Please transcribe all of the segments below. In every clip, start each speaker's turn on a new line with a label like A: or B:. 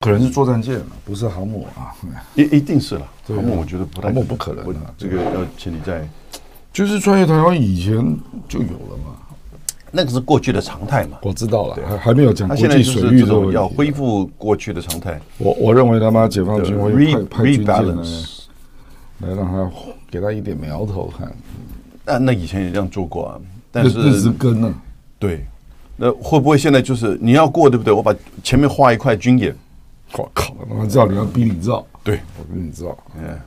A: 可能是作战舰了，不是航母啊。
B: 一一定是了，
A: 对
B: 航
A: 啊
B: 母我觉得不太，
A: 航母不可能啊
B: 我这个要请你在，
A: 就是穿越台湾以前就有了嘛，
B: 那个是过去的常态嘛。
A: 我知道了，还还没有讲
B: 他
A: 嗯国
B: 现在
A: 际
B: 就是
A: 水域
B: 这
A: 的
B: 种要
A: 问题。
B: 恢复过去的常态
A: 我我认为他妈解放
B: 对
A: 军会
B: ，re
A: 派派军舰啊来
B: rebalance。
A: 来让他给他一点苗头看，
B: 那那以前也这样做过啊，但
A: 那
B: 是
A: 那是根呢。
B: 对，那会不会现在就是你要过对不对？我把前面画一块军演，
A: 我靠，他妈照你要逼你照，
B: 对，
A: 我跟你照，
B: 嗯，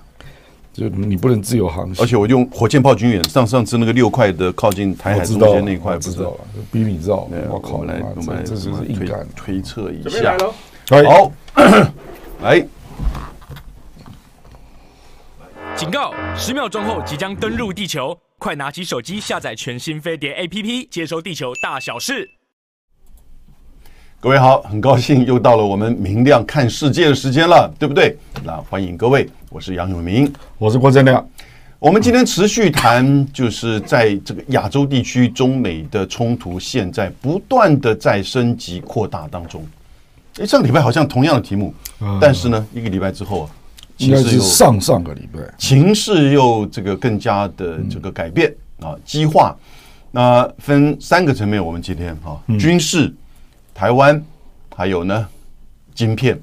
A: 就你不能自由航行
B: 而。且我用火箭炮军演，上上次那个六块的靠近台海
A: 我知
B: 中
A: 道了
B: 间那一块
A: 我
B: 不
A: 知
B: 是
A: 道？了，逼你照，
B: 对
A: 我靠，
B: 们
A: 他
B: 来
A: 妈
B: 我们
A: 这
B: 来
A: 这就是硬
B: 推
A: 干。
B: 推测一
C: 准备来。
B: 下
C: 喽。
B: 好， 来，
D: 警告！十秒钟后即将登陆地球，快拿起手机下载全新飞碟 APP，接收地球大小事。
B: 各位好，很高兴又到了我们明亮看世界的时间了，对不对？那欢迎各位，我是杨永明。
A: 我是郭正亮，
B: 我们今天持续谈，就是在这个亚洲地区，中美的冲突现在不断的在升级扩大当中。诶，上个礼拜好像同样的题目，但是呢，一个礼拜之后啊，
A: 啊应
B: 情
A: 该
B: 势
A: 是
B: 又
A: 上上个礼拜，
B: 情势又这个更加的这个改变啊，激化。那分三个层面，我们今天啊，军事、台湾，还有呢，晶片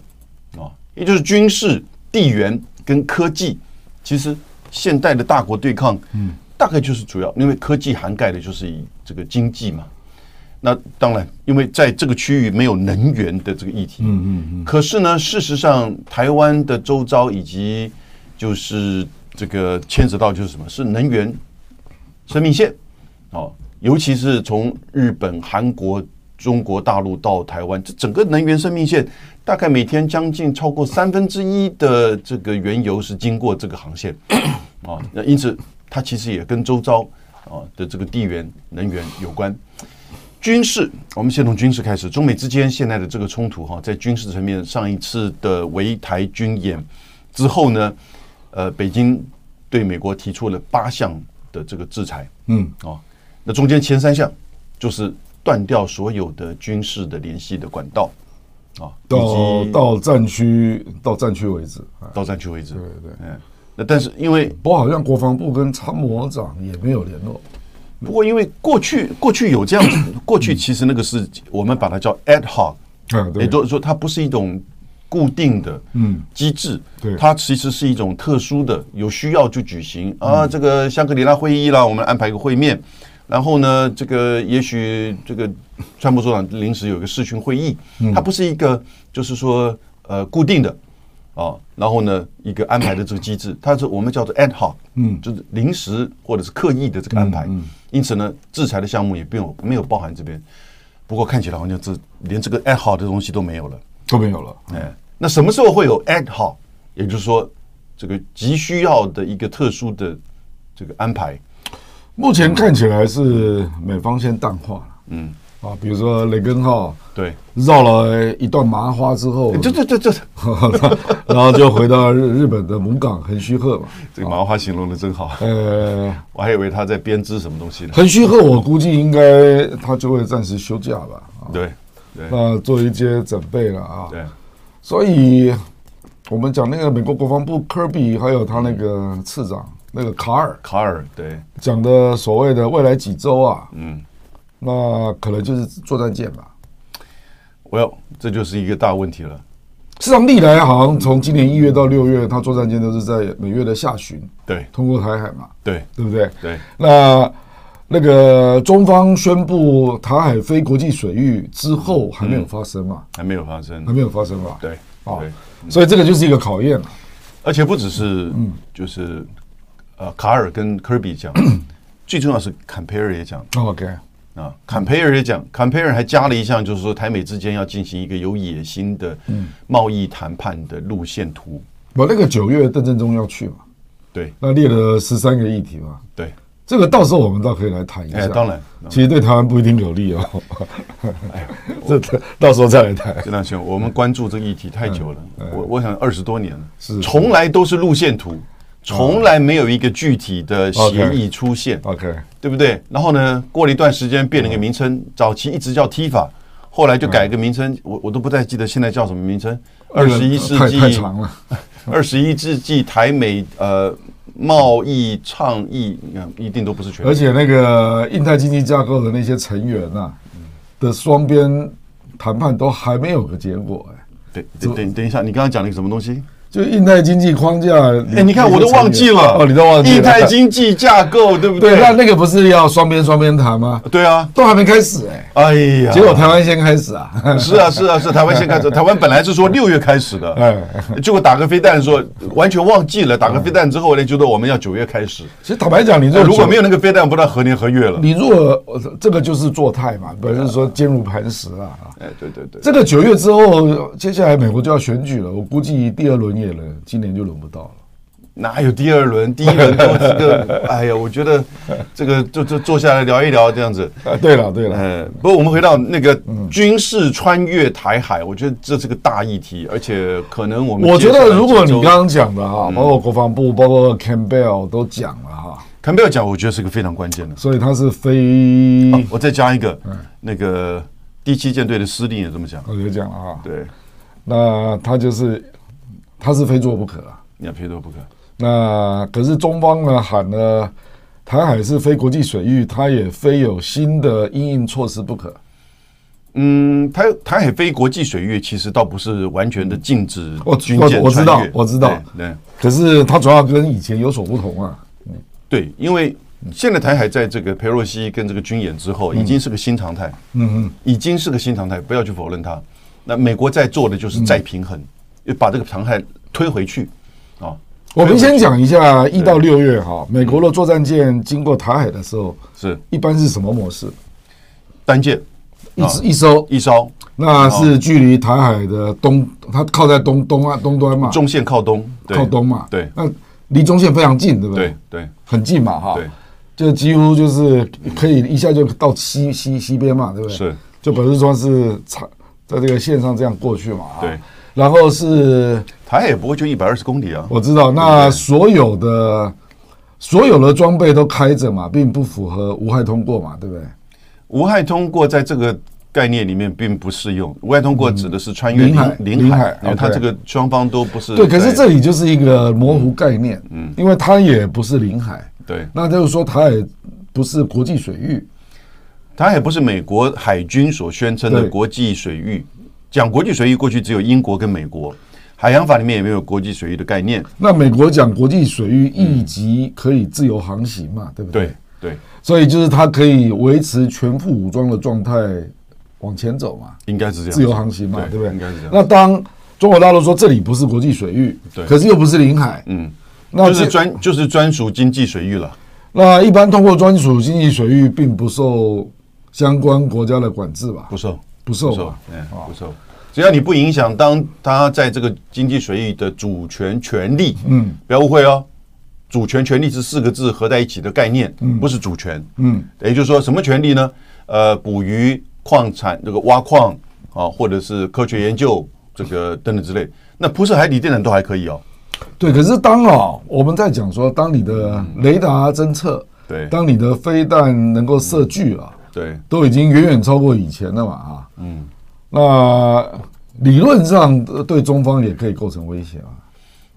B: 啊，也就是军事、地缘跟科技。其实现代的大国对抗，嗯，大概就是主要，因为科技涵盖的就是以这个经济嘛。那当然，因为在这个区域没有能源的这个议题，嗯嗯嗯。可是呢，事实上，台湾的周遭以及就是这个牵扯到就是什么是能源生命线哦，尤其是从日本、韩国、中国大陆到台湾，这整个能源生命线大概每天将近超过三分之一的这个原油是经过这个航线啊，那因此它其实也跟周遭啊的这个地缘能源有关。军事，我们先从军事开始。中美之间现在的这个冲突哈、在军事层面，上一次的围台军演之后呢，呃，北京对美国提出了八项的这个制裁，
A: 嗯，
B: 哦，那中间前三项就是断掉所有的军事的联系的管道，啊、
A: 到
B: 以及
A: 到战区到战区为止啊。
B: 到战区为止，对
A: 对
B: 嗯，那但是因为
A: 不过好像国防部跟参谋长也没有联络，
B: 不过因为过去过去有这样子，过去其实那个是我们把它叫 ad hoc，
A: 啊，对，
B: 也就是说它不是一种固定的
A: 嗯
B: 机制，
A: 对
B: 它其实是一种特殊的，有需要就举行啊。这个香格里拉会议啦，我们安排一个会面，然后呢，这个也许这个川普首长临时有一个视讯会议，它不是一个就是说呃固定的。啊，然后呢，一个安排的这个机制，它是我们叫做 ad hoc，嗯，就是临时或者是刻意的这个安排，因此呢，制裁的项目也并有没有包含这边，不过看起来好像这连这个 ad hoc 的东西都没有了。
A: 都没有了。
B: 哎，那什么时候会有 ad hoc？也就是说，这个急需要的一个特殊的这个安排，
A: 目前看起来是美方先淡化了，嗯，啊，比如说雷根号
B: 对，
A: 绕了一段麻花之后，
B: 这这这这，
A: 然后就回到日日本的母港横须贺嘛，
B: 这个麻花形容的真好，
A: 呃，
B: 我还以为他在编织什么东西呢。
A: 横须贺我估计应该他就会暂时休假吧，啊，
B: 对，对，
A: 那做一些准备了啊，
B: 对，
A: 所以我们讲那个美国国防部科比，还有他那个次长那个卡尔
B: 卡尔，对，
A: 讲的所谓的未来几周啊，
B: 嗯，
A: 那可能就是作战舰吧。
B: 我要，这就是一个大问题了。
A: 事实上，历来好像从今年一月到六月，他作战舰都是在每月的下旬
B: 对，
A: 通过台海嘛，
B: 对，
A: 对不对？
B: 对，
A: 那那个中方宣布台海非国际水域之后，还没有发生嘛？
B: 还没有发生
A: 还。没有发生嘛？
B: 嗯对，
A: 啊
B: 对，，
A: 所以这个就是一个考验了。
B: 而且不只是，就是，呃，卡尔跟科比讲，最重要是坎佩尔也讲，
A: OK，
B: 啊，坎培尔也讲，坎培尔还加了一项，就是说台美之间要进行一个有野心的
A: 嗯
B: 贸易谈判的路线图。
A: 我那个九月邓正中要去嘛，
B: 对
A: 那列了十三个议题嘛，
B: 对，
A: 这个到时候我们倒可以来谈一下。
B: 哎，当然，当然哎
A: 其实对台湾不一定有利哦。 这这到时候再来谈。
B: 这段时间我们关注这个议题太久了，我我想二十多年了，
A: 嗯哎是啊
B: 从来都是路线图，从来没有一个具体的协
A: OK
B: 议出现。
A: OK，嗯
B: 对不对？然后呢，过了一段时间变了一个名称，早期一直叫 T 法，后来就改个名称，我我都不太记得现在叫什么名称。
A: 那
B: 二
A: 个
B: 十一世纪
A: 太太长了，
B: 二十一世纪台美呃贸易倡议，嗯一定都不是全
A: 而且那个印太经济架构的那些成员呐、的双边谈判都还没有个结果哎、
B: 对，等等等一下，你刚刚讲了一个什么东西？
A: 就印太经济框架，
B: 哎，你看我都忘记了
A: 哦，你都忘记了。
B: 印太经济架构，对不
A: 对，那
B: 对？
A: 那个不是要双边双边谈吗？
B: 对啊，
A: 都还没开始哎、
B: 哎呀，
A: 结果台湾先开始啊，
B: 是啊是啊是台湾先开始，台湾本来是说六月开始的，
A: 哎，
B: 结果打个飞弹说完全忘记了，打个飞弹之后呢，觉得我们要九月开始。
A: 其实坦白讲，你这
B: 如果没
A: 有，
B: 有那个飞弹，不知道何年何月了。
A: 你如果呃这个就是做态嘛，不是说坚如磐石啊。
B: 哎，对对对，
A: 这个九月之后，接下来美国就要选举了，我估计第二轮也轮，今年就轮不到了。
B: 哪有第二轮？第一轮都这 个，哎呀，我觉得这个就就坐下来聊一聊这样子。
A: 啊，对了对嗯了，
B: 呃，不过我们回到那个军事穿越台海，我觉得这是个大议题，而且可能我们
A: 我觉
B: 接下
A: 得
B: 来
A: 如果你
B: 几周
A: 刚刚讲的哈，包括国防部，包括 Campbell 都讲了哈，
B: 坎贝尔讲，我觉得是个非常关键的。
A: 所以他是非，
B: 啊我再加一个，那
A: 嗯
B: 个第七舰队的司令也这么讲，
A: 我就讲了哈，
B: 对，
A: 那他就是他是非做不可啊。
B: 你要非做不可。
A: 那可是中方呢喊呢，台海是非国际水域，它也非有新的应应措施不可。
B: 嗯，台台海非国际水域其实倒不是完全的禁止
A: 我
B: 军
A: 我
B: 舰
A: 我知
B: 穿
A: 道
B: 越
A: 我知道
B: 对对
A: 可是它主要跟以前有所不同啊。
B: 对，因为现在台海在这个佩洛西跟这个军演之后，已经是个新常态，
A: 嗯嗯，
B: 已经是个新常态，不要去否认它。那美国在做的就是再平
A: 嗯
B: 衡，把这个常态推回去啊。
A: 我们先讲一下一到六月哈，美国的作战舰经过台海的时候，
B: 是
A: 一般是什么模
B: 啊
A: 式？
B: 单舰
A: 一只一艘，
B: 一艘，
A: 那
B: 啊
A: 是距离台海的东，它靠在东东啊东端嘛，
B: 中线靠东，对
A: 靠东嗯嘛，
B: 对
A: 那离中线非常近，对不
B: 对对
A: 很近嘛，哈，
B: 对，
A: 就几乎就是可以一下就到西西西边嘛，对不对？
B: 是，
A: 就表示说是长在这个线上这样过去嘛，啊
B: 对。
A: 然后是
B: 台海也不会就一百二十公里啊。
A: 我知道，那所有的所有的装备都开着嘛，并不符合无害通过嘛，对不对？
B: 无害通过在这个概念里面并不适用，无害通过指的是穿越
A: 嗯领
B: 领
A: 海领
B: 领
A: 海
B: 海，因为它
A: OK
B: 这个双方都不是
A: 对，可是
B: 在
A: 这里就是一个模糊概念，嗯，因为它也不是领海，
B: 对
A: 那就是说台海不是国际水域，
B: 它也不是美国海军所宣称的
A: 对
B: 国际水域。讲国际水域，过去只有英国跟美国，海洋法里面也没有国际水域的概念。
A: 那美国讲国际水域一级可以自由航行嘛，对不对？
B: 对对，
A: 所以就是它可以维持全副武装的状态往前走嘛，
B: 应该是这样。
A: 自由航行嘛，
B: 对
A: 对不对？
B: 应该是这样
A: 那当中国大陆说这里不是国际水域，
B: 对
A: 可是又不是领海，
B: 嗯，
A: 那
B: 就是
A: 这
B: 专就是专属经济水域了。
A: 那一般通过专属经济水域并不受相关国家的管制吧？
B: 不受，
A: 不受
B: 不受
A: 吧，
B: 嗯，不受。只要你不影响当他在这个经济水域的主权权利，嗯，不要误会哦，主权权利是四个字合在一起的概念，不是主权，嗯，也就是说什么权利呢？呃，捕鱼、矿产这个挖矿啊，或者是科学研究这个等等之类，那不是海底电缆都还可以哦，
A: 对，可是当哦，我们在讲说，当你的雷达侦测，
B: 对嗯
A: 当你的飞弹能够射距啊，
B: 对，
A: 都已经远远超过以前了嘛啊，嗯，那理论上呃对中方也可以构成威胁啊。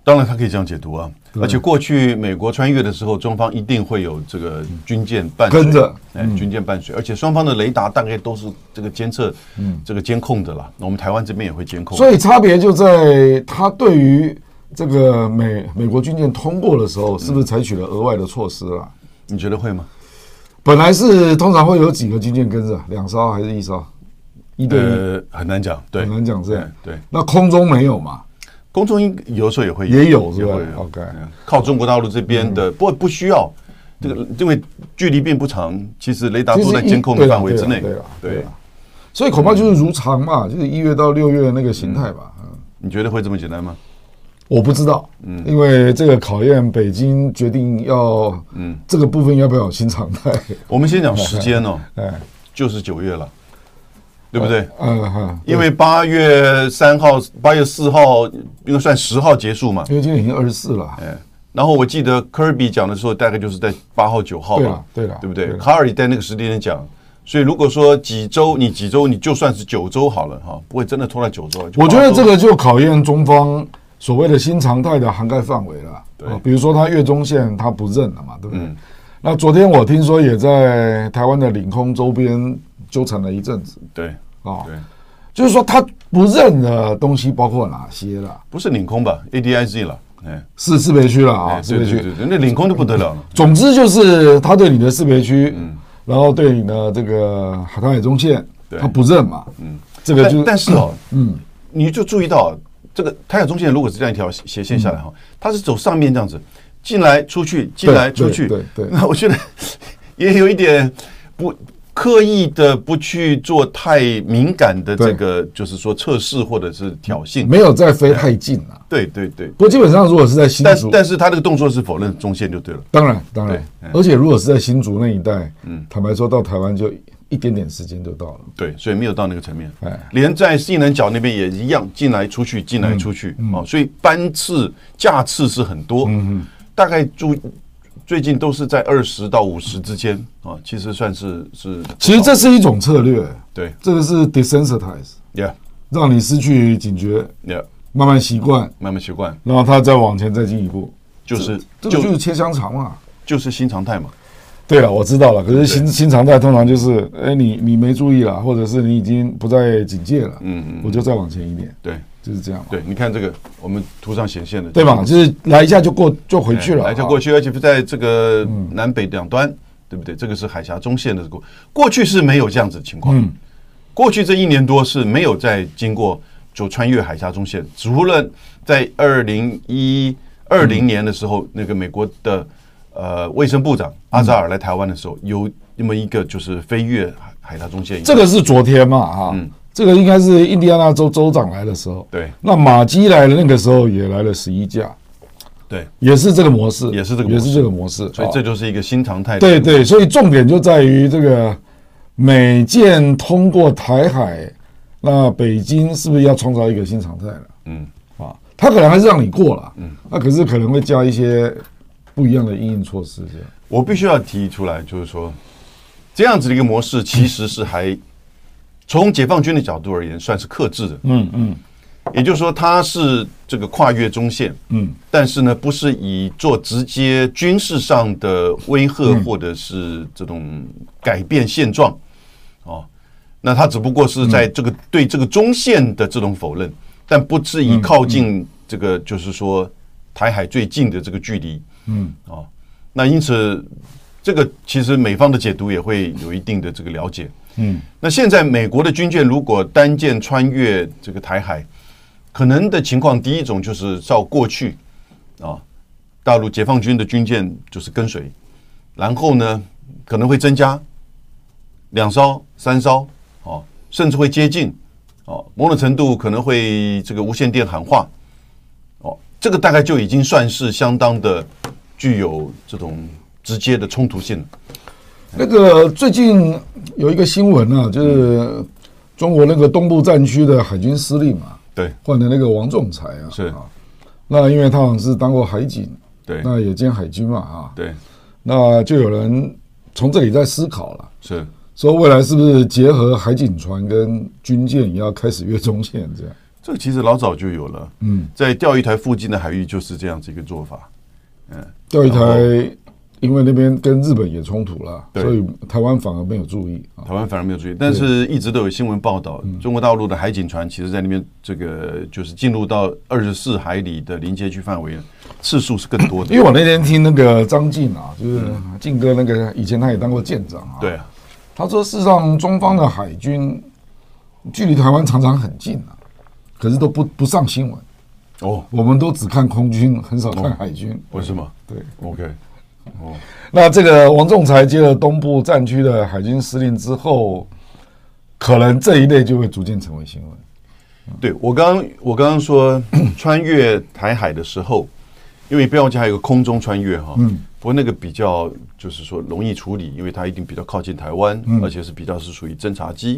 B: 当然，他可以这样解读啊。而且过去美国穿越的时候，中方一定会有这个军舰伴随，
A: 跟着嗯
B: 哎，军舰伴随，而且双方的雷达大概都是这个监测、这个监控的啦。那我们台湾这边也会监控，
A: 嗯所以差别就在他对于这个美美国军舰通过的时候，是不是采取了额外的措施啊？
B: 你觉得会吗？
A: 本来是通常会有几个军舰跟着，两艘还是一艘？一对一，
B: 呃，很难讲，对，哎
A: 很难讲这样。
B: 对，对
A: 那空中没有嘛？
B: 空中应有时候也会
A: 也有嗯是吧
B: 也会有
A: OK
B: 嗯靠中国大陆这边的，不过不需要。这个因为距离并不长，其实雷达
A: 嗯其实
B: 都在
A: 一
B: 监控的
A: 对啦
B: 范围之内
A: 对啦。对啊
B: 对
A: 啦，所以恐怕就是如常嘛，就是一月到六月的那个形态吧。嗯
B: 你觉得会这么简单吗？
A: 我不知道，
B: 嗯
A: 因为这个考验北京决定要，
B: 嗯
A: 这个部分要不要有新常态？
B: 我们先讲时间哦，
A: 哎，
B: 就是九月了，对不对？
A: 嗯哈，
B: 因为八月三号、八月四号，应该算十号结束嘛。
A: 因为今年已经二十四了，
B: 嗯，然后我记得科比讲的时候，大概就是在八号、九号
A: 对
B: 吧
A: 了，对了
B: 对不
A: 对
B: 对？
A: 了
B: 卡尔也在那个时间点讲，所以如果说几周，你几周，你就算是九周好了哈，不会真的拖到九周。就
A: 我觉
B: 八
A: 得
B: 周
A: 这个就考验中方所谓的新常态的涵盖范围了。
B: 对嗯
A: 哦比如说他越中线他不认了嘛，对不对？那昨天我听说也在台湾的领空周边纠缠了一阵子
B: 对
A: 啊，
B: 对，
A: 就是说他不认的东西包括哪些啦？
B: 不是领空吧？ADIZ 了，哎，
A: 是识别区了啊，
B: 哎
A: 识
B: 对
A: 别
B: 对
A: 区。
B: 对对，那领空就不得了了。
A: 总之就是他对你的识别区，
B: 嗯
A: 然后对你的这个海台海中线，
B: 对
A: 他不认嘛，嗯，这个就
B: 但但是哦，嗯，你就注意到这个台海中线如果是这样一条斜斜线下来哈，它是走上面这样子，进来出去，进来
A: 嗯对
B: 出去，
A: 对对对
B: 那我觉得也有一点不刻意的不去做太敏感的
A: 对
B: 这个，就是说测试或者是挑衅。
A: 没有再飞太近了。
B: 对对对，
A: 不过基本上如果是在新
B: 但
A: 竹，
B: 但是他这个动作是否认中线就对了。
A: 当然，当然
B: 对，嗯
A: 而且如果是在新竹那一带，坦白说，到台湾就一点点时间就到了。
B: 对，所以没有到那个层面
A: 哎，
B: 连在西南角那边也一样，进来出去，进来出去，
A: 嗯
B: 哦，所以班次架次是很多，嗯大概注最近都是在二十到五十之间啊，其实算是是不少，
A: 其实这是一种策略，
B: 对
A: 这个是 desensitize，
B: ，yeah
A: 让你失去警觉，
B: yeah，
A: 慢慢习惯，
B: 慢慢习惯，
A: 然后它再往前再进一步，
B: 就是
A: 这个就
B: 就是
A: 切香肠嘛。
B: 就是新常态嘛，
A: 对了，我知道了。可是新新常态通常就是，哎，你你没注意了，或者是你已经不再警戒了，嗯嗯，我就再往前一点，
B: 对
A: 就是这样嘛，
B: 对，你看这个我们图上显现的，
A: 对吧？就是来一下就过就回去了，
B: 哎来就
A: 啊
B: 过去，而且在这个南北两端，对不对？这个是海峡中线的过，过去是没有这样子的情况。
A: 嗯
B: 过去这一年多是没有再经过就穿越海峡中线，除了在二零一二零年的时候，那个美国的呃卫生部长阿扎尔来台湾的时候，有那么一个就是飞越海海峡中线以外，
A: 这个是昨天嘛，哈、这个应该是印第安纳州州长来的时候，
B: 嗯对
A: 那马基来的那个时候也来了十一架，
B: 对，
A: 也是这个模式，
B: 也是这个模
A: 也
B: 式
A: 是这个模式，
B: 所以
A: 啊
B: 这就是一个新常态的。
A: 对对，所以重点就在于这个美舰通过台海，那北京是不是要创造一个新常态了？
B: 嗯，
A: 啊，他可能还是让你过了，嗯，那可是可能会加一些不一样的应应措施，这样，
B: 我必须要提出来，就是说，这样子的一个模式其实是还从解放军的角度而言，算是克制的。
A: 嗯嗯，
B: 也就是说，它是这个跨越中线，嗯，但是呢，不是以做直接军事上的威吓或者是这种改变现状，哦，那它只不过是在这个对这个中线的这种否认，但不是以靠近这个就是说台海最近的这个距离，嗯，哦，那因此这个其实美方的解读也会有一定的这个了解，嗯，那现在美国的军舰如果单舰穿越这个台海，可能的情况，第一种就是照过去啊，大陆解放军的军舰就是跟随，然后呢可能会增加两艘、三艘哦、甚至会接近哦、某种程度可能会这个无线电喊话哦，这个大概就已经算是相当的具有这种直接的冲突性了。
A: 那个最近有一个新闻啊，就是中国那个东部战区的海军司令嘛，
B: 对
A: 换的那个王仲才啊，
B: 是
A: 啊，那因为他好像是当过海警，
B: 对
A: 那也兼海军嘛啊，
B: 对
A: 那就有人从这里在思考了，
B: 是。
A: 说未来是不是结合海警船跟军舰也要开始越中线这样？
B: 这个其实老早就有了，嗯，在钓鱼台附近的海域就是这样子一个做法，
A: 钓鱼台因为那边跟日本也冲突了，
B: 对
A: 所以台湾反而没有注意啊，
B: 台湾反而没有注意，但是一直都有新闻报道，中国大陆的海警船其实在那边这个就是进入到二十四海里的临界区范围，次数是更多
A: 因
B: 的。
A: 为我那天听那个张晋啊，就是
B: 嗯
A: 晋哥那个以前他也当过舰长啊，
B: 对啊，
A: 他说，事实上，中方的海军距离台湾常常很近啊，可是都不不上新闻，
B: 哦，
A: 我们都只看空军，很少看海军。
B: 不是吗？
A: 对
B: ，OK，
A: 那这个王仲才接了东部战区的海军司令之后，可能这一类就会逐渐成为新闻。
B: 对我刚我刚刚说穿越台海的时候，因为不要忘记还有个空中穿越哈，嗯，不过那个比较就是说容易处理，因为它一定比较靠近台湾，而且是比较是属于侦察机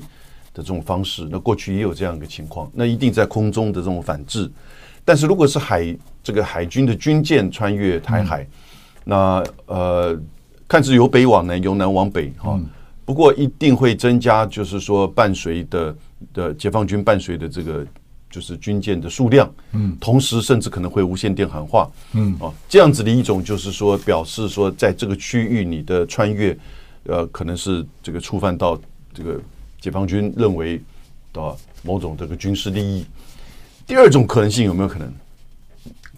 B: 的这种方式。那过去也有这样一个情况，那一定在空中的这种反制。但是如果是海这个海军的军舰穿越台海，那呃，看是由北往南，由南往北哈、不过一定会增加，就是说伴随的的解放军伴随的这个就是军舰的数量，嗯，同时甚至可能会无线电喊话，嗯，哦，这样子的一种就是说表示说，在这个区域你的穿越，呃，可能是这个触犯到这个解放军认为的某种这个军事利益。第二种可能性有没有可能？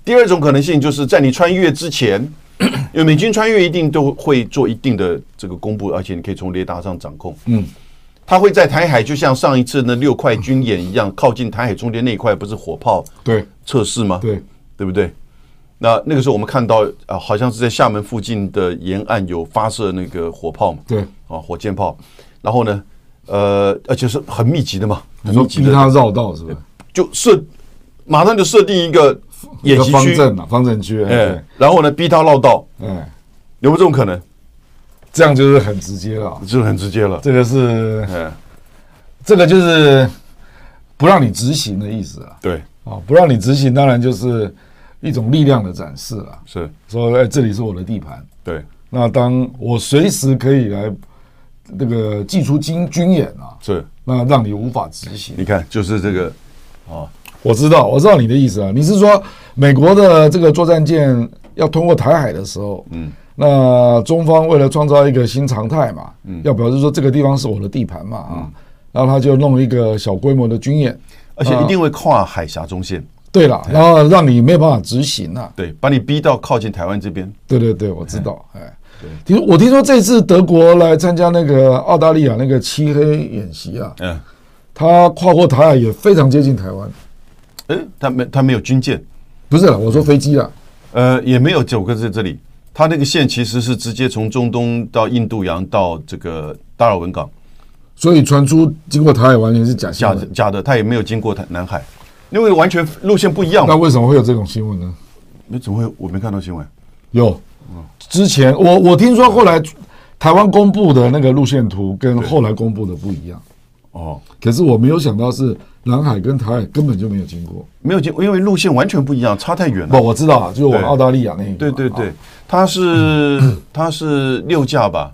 B: 第二种可能性就是在你穿越之 前，因为美军穿越一定都会做一定的这个公布，而且你可以从雷达上掌控。嗯，它会在台海，就像上一次那六块军演一样，靠近台海中间那一块不是火炮
A: 对
B: 测试吗？
A: 对，
B: 对不对？那那个时候我们看到啊、呃好像是在厦门附近的沿岸有发射那个火炮嘛，
A: 对
B: 啊，火箭炮。然后呢，呃，而且是很密集的嘛，
A: 你
B: 很
A: 说
B: 密集
A: 逼
B: 的，
A: 他绕道是吧？
B: 就设马上就设定一个演
A: 一个
B: 习
A: 方
B: 区，
A: 阵啊，方阵区，
B: 哎
A: 哎，
B: 然后呢，逼他绕道，
A: 哎，
B: 有没有这种可能？
A: 这样就是很直接了。
B: 这很直接了。
A: 这个是
B: 嗯，
A: 这个就是不让你执行的意思啊，
B: 对，
A: 啊，不让你执行，当然就是一种力量的展示了。
B: 是，
A: 说，哎，这里是我的地盘，
B: 对，
A: 那当我随时可以来那个祭出军军演啊，
B: 是。
A: 那让你无法执行。
B: 你看，就是这个，
A: 我知道，我知道你的意思啊。你是说美国的这个作战舰要通过台海的时候，嗯，那中方为了创造一个新常态嘛，嗯，要表示说这个地方是我的地盘嘛啊，然后他就弄一个小规模的军演。
B: 而且一定会跨海峡中线，
A: 对了，然后让你没有办法执行啊。
B: 对，把你逼到靠近台湾这边。
A: 对对对，我知道，哎。听我听说这次德国来参加那个澳大利亚那个漆黑演习啊，
B: 嗯，
A: 他跨过台海也非常接近台湾，
B: 哎，他没他没有军舰，
A: 不是了，我说飞机了，
B: 呃，也没有九个在这里。他那个线其实是直接从中东到印度洋到这个达尔文港
A: 所以传出经过台海完全是假新
B: 假
A: 闻。
B: 假的，他也没有经过台南海，因为完全路线不一样
A: 那
B: 嘛。
A: 为什么会有这种新闻呢？
B: 那怎么会我没看到新闻？
A: 有，之前我我听说后来台湾公布的那个路线图跟后来公布的不一样，
B: 哦，
A: 可是我没有想到是南海跟台海根本就没有经过。
B: 没有经，因为路线完全不一样，差太远了。
A: 不，我知道啊，就是往
B: 对
A: 澳大利亚那一个。
B: 对对
A: 啊
B: 对，它是它是六架吧，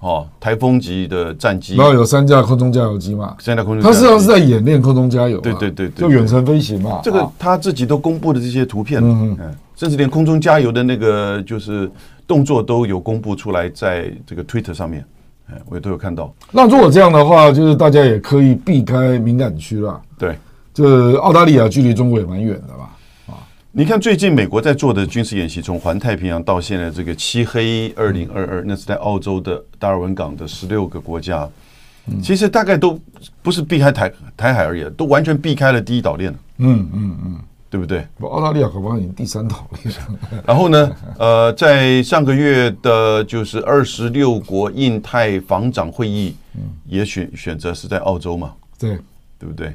B: 哦，台风级的战机
A: 然，后有三架空中加油机嘛，
B: 现在空中
A: 它实际上是啊
B: 在
A: 在演练空中加油嘛，啊
B: 对对对对对
A: 就远程飞行嘛。
B: 这个
A: 啊
B: 他自己都公布的这些图片，嗯嗯，甚至连空中加油的那个就是动作都有公布出来，在这个 Twitter 上面，哎，我也都有看到，
A: 那如果这样的话，就是大家也刻意避开敏感区啦。
B: 对。
A: 这澳大利亚距离中国也蛮远的吧？
B: 你看，最近美国在做的军事演习，从环太平洋到现在这个漆黑二零二
A: 嗯
B: 二，那是在澳洲的达尔文港的十六个国家，其实大概都不是避开台台海而已，都完全避开了第一岛链了，
A: 嗯嗯嗯，
B: 对不对？
A: 不，澳大利亚恐怕已经第三岛链了。
B: 然后呢，呃，在上个月的就是二十六国印太防长会议，
A: 嗯
B: 也选选择是在澳洲嘛，
A: 对，
B: 对不对？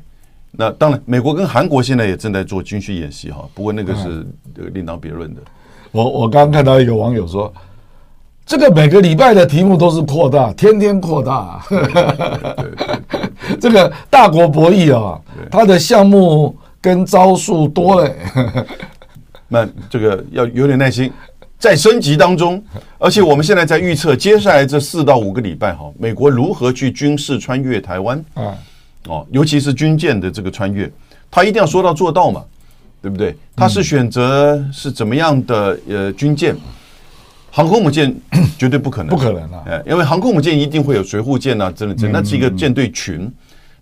B: 那当然，美国跟韩国现在也正在做军事演习哈，不过那个
A: 嗯
B: 是呃另当别论的。
A: 我我刚刚看到一个网友说，这个每个礼拜的题目都是扩大，天天扩大。 这个大国博弈啊，它的项目跟招数多嘞。
B: 那这个要有点耐心，在升级当中，而且我们现在在预测接下来这四到五个礼拜哈，美国如何去军事穿越台湾
A: 啊，
B: 哦，尤其是军舰的这个穿越，他一定要说到做到嘛，对不对？他是选择是怎么样的呃军舰，航空母舰 绝对不可能，
A: 不可能啊嗯
B: 哎，因为航空母舰一定会有水护舰啊，真的真的，那是一个舰队群，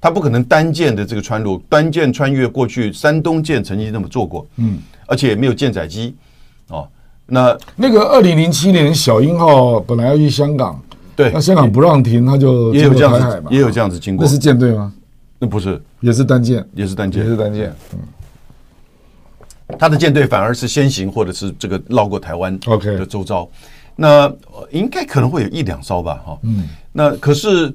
B: 它不可能单舰的这个穿入，单舰穿越过去，山东舰曾经那么做过，嗯，而且也没有舰载机，哦，那
A: 那个二零零七年小鹰号本来要去香港，
B: 对
A: 那香港不让停，它就
B: 哎也有
A: 经
B: 这
A: 过
B: 样
A: 台海
B: 子
A: 嘛，，
B: 也有这样子经过
A: 那，是舰队吗？
B: 那不是，
A: 也是单舰，
B: 也是单
A: 也
B: 舰，
A: 是单舰。
B: 他的舰队反而是先行或者是这个绕过台湾
A: OK
B: 的周遭，那呃应该可能会有一两艘吧，哈，嗯，那可是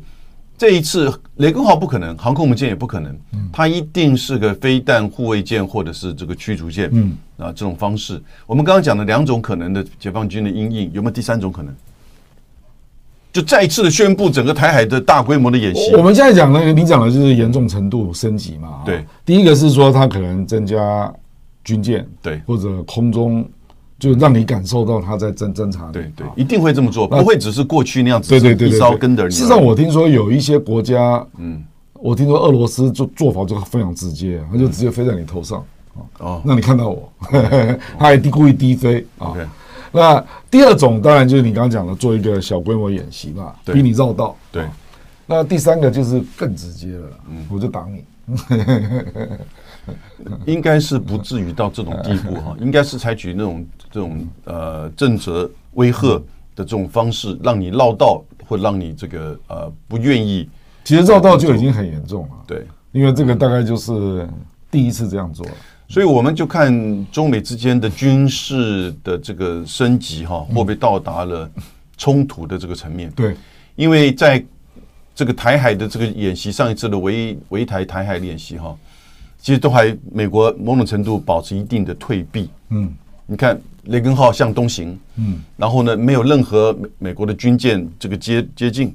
B: 这一次雷根号不可能，航空母舰也不可能，
A: 嗯
B: 它一定是个飞弹护卫舰或者是这个驱逐舰，嗯，啊这种方式，我们刚刚讲的两种可能的解放军的阴影，有没有第三种可能？就再一次的宣布整个台海的大规模的演习
A: 我，们现在讲那个，你讲的就是严重程度升级嘛。啊
B: 对，
A: 第一个是说它可能增加军舰，
B: 对
A: 或者空中就让你感受到他在侦侦查你。
B: 对对
A: 啊，
B: 一定会这么做，不会只是过去那样子，
A: 对对对
B: 一
A: 对
B: 招
A: 对，
B: 跟着你而已。
A: 事实上，我听说有一些国家，嗯，我听说俄罗斯就做法就非常直接，他就直接飞在你头上，
B: 哦
A: 哦，让你看到我， 他还低故意低飞啊
B: OK。
A: 那第二种当然就是你刚刚讲的，做一个小规模演习嘛，
B: 对
A: 逼你绕道。
B: 对
A: 啊那第三个就是更直接了啦，
B: 嗯
A: 我就挡你。
B: 应该是不至于到这种地步
A: 嗯
B: 哈，应该是采取那种这种呃震慑、威吓的这种方式，让你绕道，或让你这个呃不愿意。
A: 其实绕道就已经很严重了，
B: 对，
A: 因为这个大概就是第一次这样做了。
B: 所以我们就看中美之间的军事的这个升级哈，会不会到达了冲突的这个层面？
A: 嗯对，
B: 因为在这个台海的这个演习，上一次的围围台台海演习哈，其实都还美国某种程度保持一定的退避。
A: 嗯，
B: 你看雷根号向东行，嗯，然后呢，没有任何美美国的军舰这个接接近，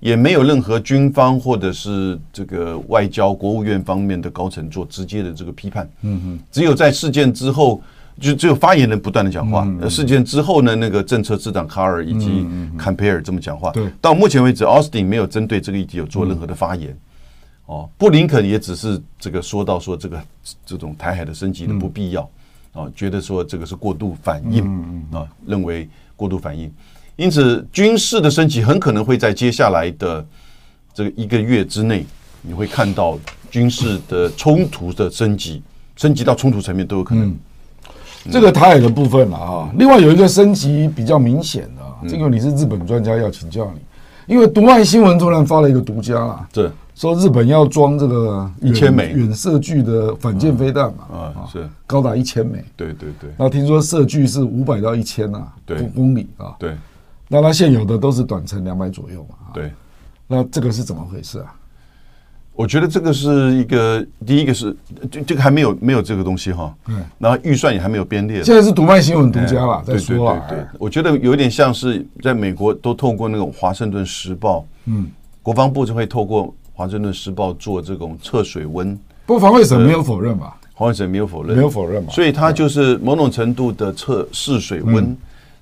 B: 也没有任何军方或者是这个外交国务院方面的高层做直接的这个批判，嗯哼，只有在事件之后。就只有发言人不断的讲话，呃事件之后呢，那个政策市长卡尔以及坎培尔这么讲话。
A: 对
B: 到目前为止，奥斯汀没有针对这个议题有做任何的发言。哦，布林肯也只是这个说到说这个这种台海的升级的不必要，啊，觉得说这个是过度反应，啊，认为过度反应，因此军事的升级很可能会在接下来的这个一个月之内，你会看到军事的冲突的升级，升级到冲突层面都有可能。
A: 这个台海的部分了啊。另外有一个升级比较明显的
B: 嗯
A: 啊，这个你是日本专家要请教你，因为读卖新闻突然发了一个独家啦，
B: 这
A: 说日本要装这个
B: 一千枚
A: 远射距的反舰飞弹嘛，
B: 啊是，
A: 高达一千枚。
B: 对对对
A: 那听说射距是五百到一千啊，
B: 对
A: 公公里啊。
B: 对
A: 那它现有的都是短程两百左右嘛。啊
B: 对，
A: 那这个是怎么回事啊？
B: 我觉得这个是一个第一个是这这个还没有没有这个东西哈，嗯，然后预算也还没有编列。
A: 现在是读卖新闻独家啦，
B: 对
A: 在说
B: 对对
A: 啦。
B: 对
A: 哎，
B: 我觉得有点像是在美国都透过那种《华盛顿时报》，嗯，国防部就会透过《华盛顿时报》做这种测水温，
A: 不过防卫省没有否认吧？
B: 黄伟哲没有否认，
A: 没有否认嘛
B: 所以他就是某种程度的测试水温，
A: 嗯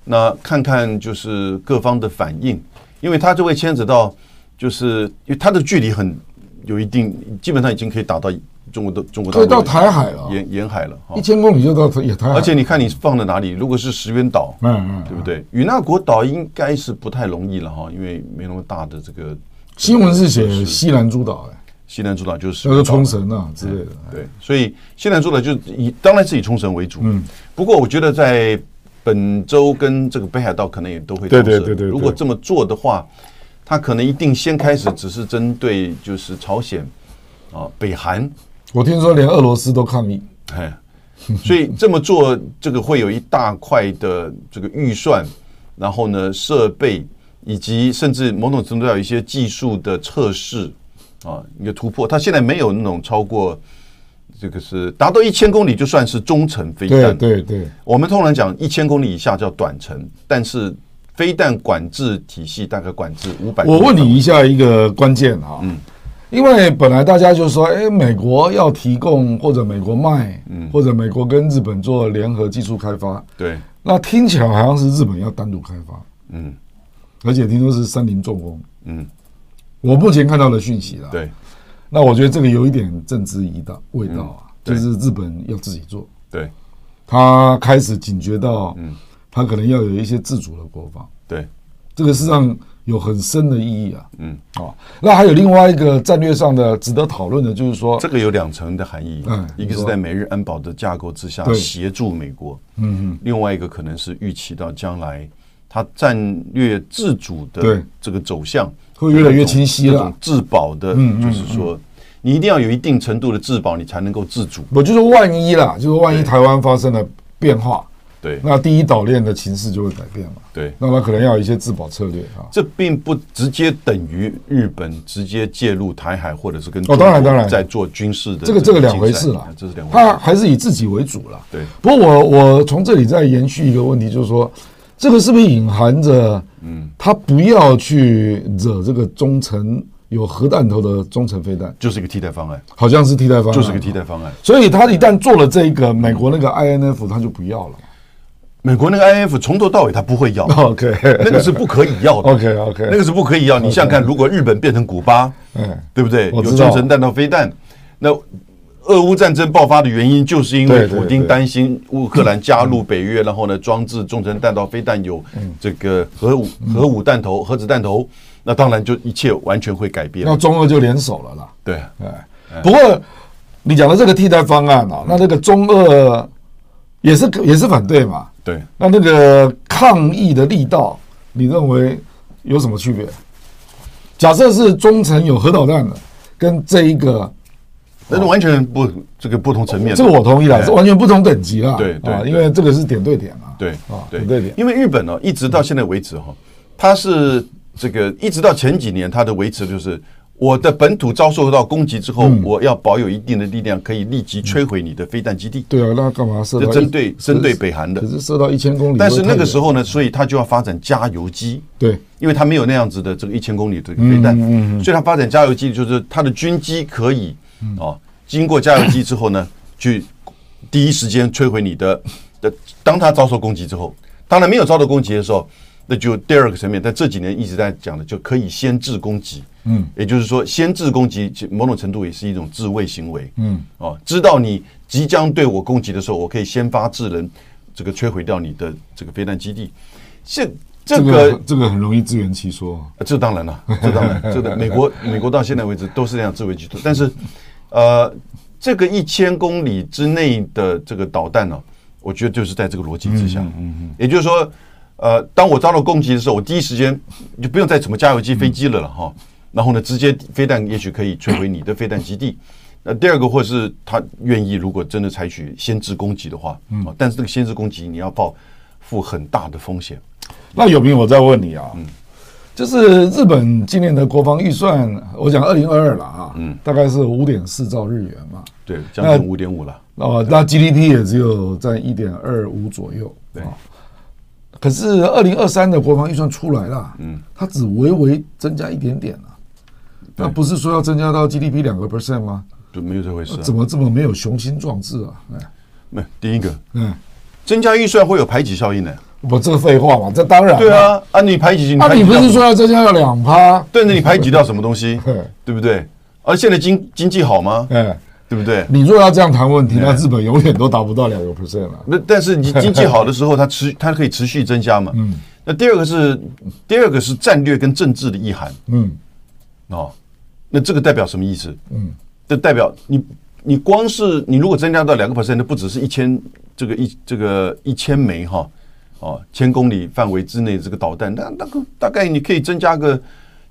B: 那看看就是各方的反应，因为它就会牵扯到，就是因为它的距离很有一定，基本上已经可以打到中国的中国
A: 可
B: 大陆
A: 以到台海了啊，
B: 沿沿海了哈
A: 一，千公里就到也台海了。
B: 而且你看你放在哪里，如果是石原岛，
A: 嗯嗯
B: 对不对？与那国岛应该是不太容易了哈，因为没那么大的这个呃
A: 新闻是写西南诸岛、哎，
B: 西南诸岛就是石
A: 叫做
B: 原岛
A: 冲绳啊之类的。
B: 对，所以现在做的就是以当然是以冲绳为主，嗯，不过我觉得在本州跟这个北海道可能也都会
A: 对
B: 尝试
A: 对对对对
B: 如果这么做的话，它可能一定先开始只是针对就是朝鲜啊、北韩，
A: 我听说连俄罗斯都抗议，
B: 哎，所以这么做这个会有一大块的这个预算，然后呢设备以及甚至某种程度要有一些技术的测试啊，一个突破。它现在没有那种超过。这个是达到一千公里就算是中程飞
A: 对
B: 弹，
A: 对对，
B: 我们通常讲一千公里以下叫短程，但是飞弹管制体系大概管制五百。
A: 我问你一下一个关键啊，
B: 嗯
A: 因为本来大家就说，哎，美国要提供或者美国卖，
B: 嗯
A: 或者美国跟日本做联合技术开发，
B: 对，
A: 那听起来好像是日本要单独开发，
B: 嗯
A: 而且听说是三菱重工。
B: 嗯，
A: 我目前看到的讯息啦，
B: 对
A: 那我觉得这个有一点政治一道味道啊，
B: 嗯对
A: 就是日本要自己做，
B: 对
A: 他开始警觉到，
B: 嗯
A: 他可能要有一些自主的国防，
B: 对，
A: 这个事实上有很深的意义啊。
B: 嗯，
A: 啊，那还有另外一个战略上的值得讨论的，就是说
B: 这，个有两层的含义
A: 嗯，
B: 一个
A: 你
B: 是
A: 说
B: 在美日安保的架构之下
A: 对
B: 协助美国，嗯嗯，另外一个可能是预期到将来它战略自主的
A: 对
B: 这个走向
A: 会越来越清晰了嗯
B: 这种自保的，就是说你一定要有一定程度的自保，你才能够自主。
A: 我就是万一啦，就是万一
B: 对
A: 台湾发生了变化，
B: 对
A: 那第一岛链的情势就会改变嘛。
B: 对。
A: 那他可能要有一些自保策略啊。
B: 这并不直接等于日本直接介入台海，或者是跟
A: 哦当然当然
B: 在做军事的
A: 这个这个
B: 竞
A: 两回
B: 赛
A: 事啦
B: 这是两回
A: 他
B: 事。
A: 还是以自己为主啦。
B: 对
A: 不过我我从这里再延续一个问题，就是说，这个是不是隐含着，嗯，他不要去惹这个中程有核弹头的中程飞弹，
B: 就是一个替代方案，
A: 好像是替代方案，啊
B: 就是个替代。方案。
A: 所以他一旦做了这个美国那个 INF，他就不要了。
B: 美国那个 I F 从头到尾他不会要，
A: OK，
B: 那个是不可以要的。
A: OK，OK
B: 那个是不可以要。你想想看，如果日本变成古巴，
A: 嗯
B: 对不对？
A: 我
B: 有
A: 知道
B: 洲神弹道飞弹，那俄乌战争爆发的原因，就是因为
A: 对对
B: 普京担心乌克兰加入北约，然后呢装置中程弹道飞弹有
A: 嗯
B: 这个核武核武弹头、核子弹头，那当然就一切完全会改变
A: 那。中俄就联手了啦。
B: 对，
A: 哎，不过你讲的这个替代方案啊，那那个中俄也是也是反对嘛，
B: 对，
A: 那那个抗议的力道，你认为有什么区别？假设是中程有核导弹的，跟这一个，
B: 那是完全不这个不同层面的。
A: 这个我同意啦，
B: 哎
A: 是完全不同等级啦。
B: 对对
A: 啊，
B: 对
A: 因为这个是点对点啊。
B: 对
A: 啊，
B: 对
A: 点对点。
B: 因为日本呢、一直到现在为止哈、哦它是这个一直到前几年，它的维持就是我的本土遭受到攻击之后，
A: 嗯
B: 我要保有一定的力量，可以立即摧毁你的飞弹基地。
A: 对啊，那干嘛射到一
B: 这针对
A: 可是
B: 针对北韩的
A: 可是射到一千公里会太
B: 但
A: 远，
B: 是那个时候呢，所以它就要发展加油机。
A: 对
B: 因为它没有那样子的这个一千公里的这个飞弹，所以它发展加油机就是它的军机可以哦，经过加油机之 后呢，去第一时间摧毁你的的。当它遭受攻击之后，当然没有遭到攻击的时候，那就第二个层面。但这几年一直在讲的，就可以先制攻击。嗯，也就是说，先制攻击其某种程度也是一种自卫行为。嗯，哦，知道你即将对我攻击的时候，我可以先发制人，这个摧毁掉你的这个飞弹基地。现这
A: 这
B: 个
A: 个这个很容易自圆其说。
B: 呃这当然了，这当然，这个美国美国到现在为止都是这样自卫基础，但是，呃，这个一千公里之内的这个导弹呢、我觉得就是在这个逻辑之下，也就是说，呃，当我遭到攻击的时候，我第一时间就不用再什么加油机、飞机了了哈，然后呢，直接飞弹也许可以摧毁你的飞弹基地。那第二个，或是他愿意，如果真的采取先制攻击的话，嗯，但是这个先制攻击你要报负很大的风险，
A: 那永明，我再问你
B: 嗯
A: 啊，就是日本今年的国防预算，我讲二零二二了啊，
B: 嗯
A: 大概是五点四兆日元嘛，
B: 对，将近五点五了。
A: 哦，那 GDP 也只有占一点二五左右，
B: 对
A: 啊可是二零二三的国防预算出来了，嗯，它只微微增加一点点啊，那不是说要增加到 GDP 两个 percent 吗？
B: 就没有这回事、啊。
A: 怎么这么没有雄心壮志啊？哎，
B: 没有第一个，
A: 嗯，
B: 增加预算会有排挤效应呢、
A: 我这个废话嘛，这当然，
B: 对，啊，啊，你排挤，
A: 那
B: 排
A: 你
B: 挤
A: 不
B: 掉
A: 是
B: 什
A: 说
B: 么，
A: 要增加到两趴？
B: 对那你排挤掉什么东 西
A: 对？
B: 对不对？而现在经经济好吗？
A: 哎。
B: 对不对？
A: 你如果要这样谈问题，
B: 哎
A: 那日本永远都达不到两个 percent 了。
B: 那但是 你经济好的时候，它持它可以持续增加嘛。嗯。那第二个是第二个是战略跟政治的意涵
A: 嗯，
B: 哦，那这个代表什么意思？嗯，这代表你你光是你如果增加到两个 percent，那不只是一千这个一这个一千枚哈哦千公里范围之内这个导弹，那那个大概你可以增加个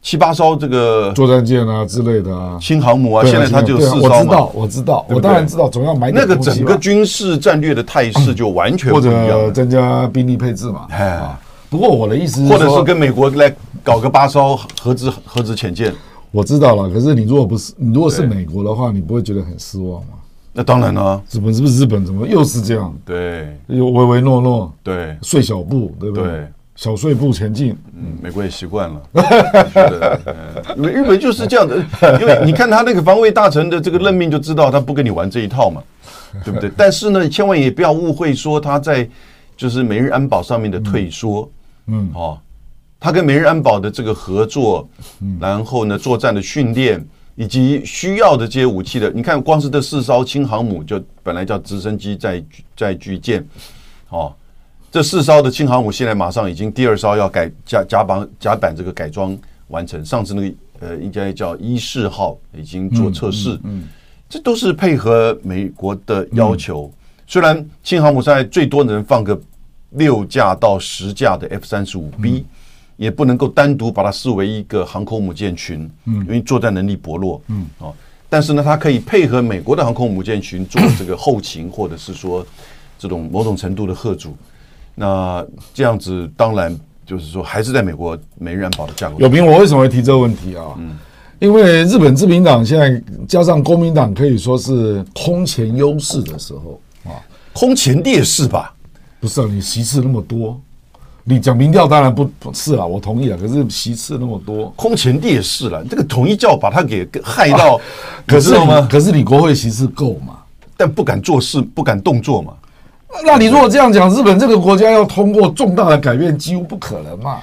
B: 七八艘这个
A: 作战舰啊之类的啊。
B: 轻航母啊，
A: 对
B: 现在它就有
A: 对啊
B: 四
A: 我
B: 艘
A: 知
B: 嘛
A: 道，，我知道，
B: 不对
A: 我当然知道，总要买点
B: 那个
A: 东西
B: 整个
A: 吧
B: 军事战略的态势就完全
A: 或
B: 不一样
A: 者
B: 了，
A: 增加兵力配置嘛。
B: 哎
A: 啊，不过我的意思是
B: 或者
A: 说
B: 是跟美国来搞个八艘核子核子潜舰，
A: 我知道了，可是你如果不是你如果是
B: 对
A: 美国的话，你不会觉得很失望吗？
B: 那当然了，啊
A: 怎么是不是日本怎么又是这样？
B: 对
A: 又唯唯诺诺，
B: 对。
A: 碎小步，对不对？
B: 对
A: 小碎步前进，
B: 嗯，美国也习惯 了，是的嗯日本就是这样的， 因为你看他那个防卫大臣的这个任命就知道他不跟你玩这一套 嘛，对不对？但是呢，千万也不要误会说他在就是美日安保上面的退缩，嗯，哦，他跟美日安保的这个合作，然后呢，作战的训练以及需要的这些武器的，你看光是这四艘轻航母就本来叫直升机在在巨舰，哦，这四艘的轻航母现在马上已经第二艘要改甲甲板甲板这个改装完成，上次那个呃应该叫一四号已经做测试，这都是配合美国的要求。虽然轻航母现在最多能放个六架到十架的 F 三十五 B，、也不能够单独把它视为一个航空母舰群，嗯，因为作战能力薄弱，嗯，哦，但是呢，它可以配合美国的航空母舰群做这个后勤，或者是说这种某种程度的贺主。那这样子当然就是说，还是在美国美日安保的架构下
A: 有平，我为什么会提这个问题啊？
B: 嗯
A: 因为日本自民党现在加上公民党，可以说是空前优势的时候啊。
B: 空前劣势吧？
A: 不是啊，你席次那么多，你讲民调当然不不是啦，我同意啊了。可是席次那么多，
B: 空前劣势了，这个统一教把他给害到，
A: 啊可
B: 你知
A: 是
B: 道
A: 你
B: 吗？
A: 可是你国会席次够嘛？
B: 但不敢做事，不敢动作嘛。
A: 那你如果这样讲，日本这个国家要通过重大的改变几乎不可能嘛？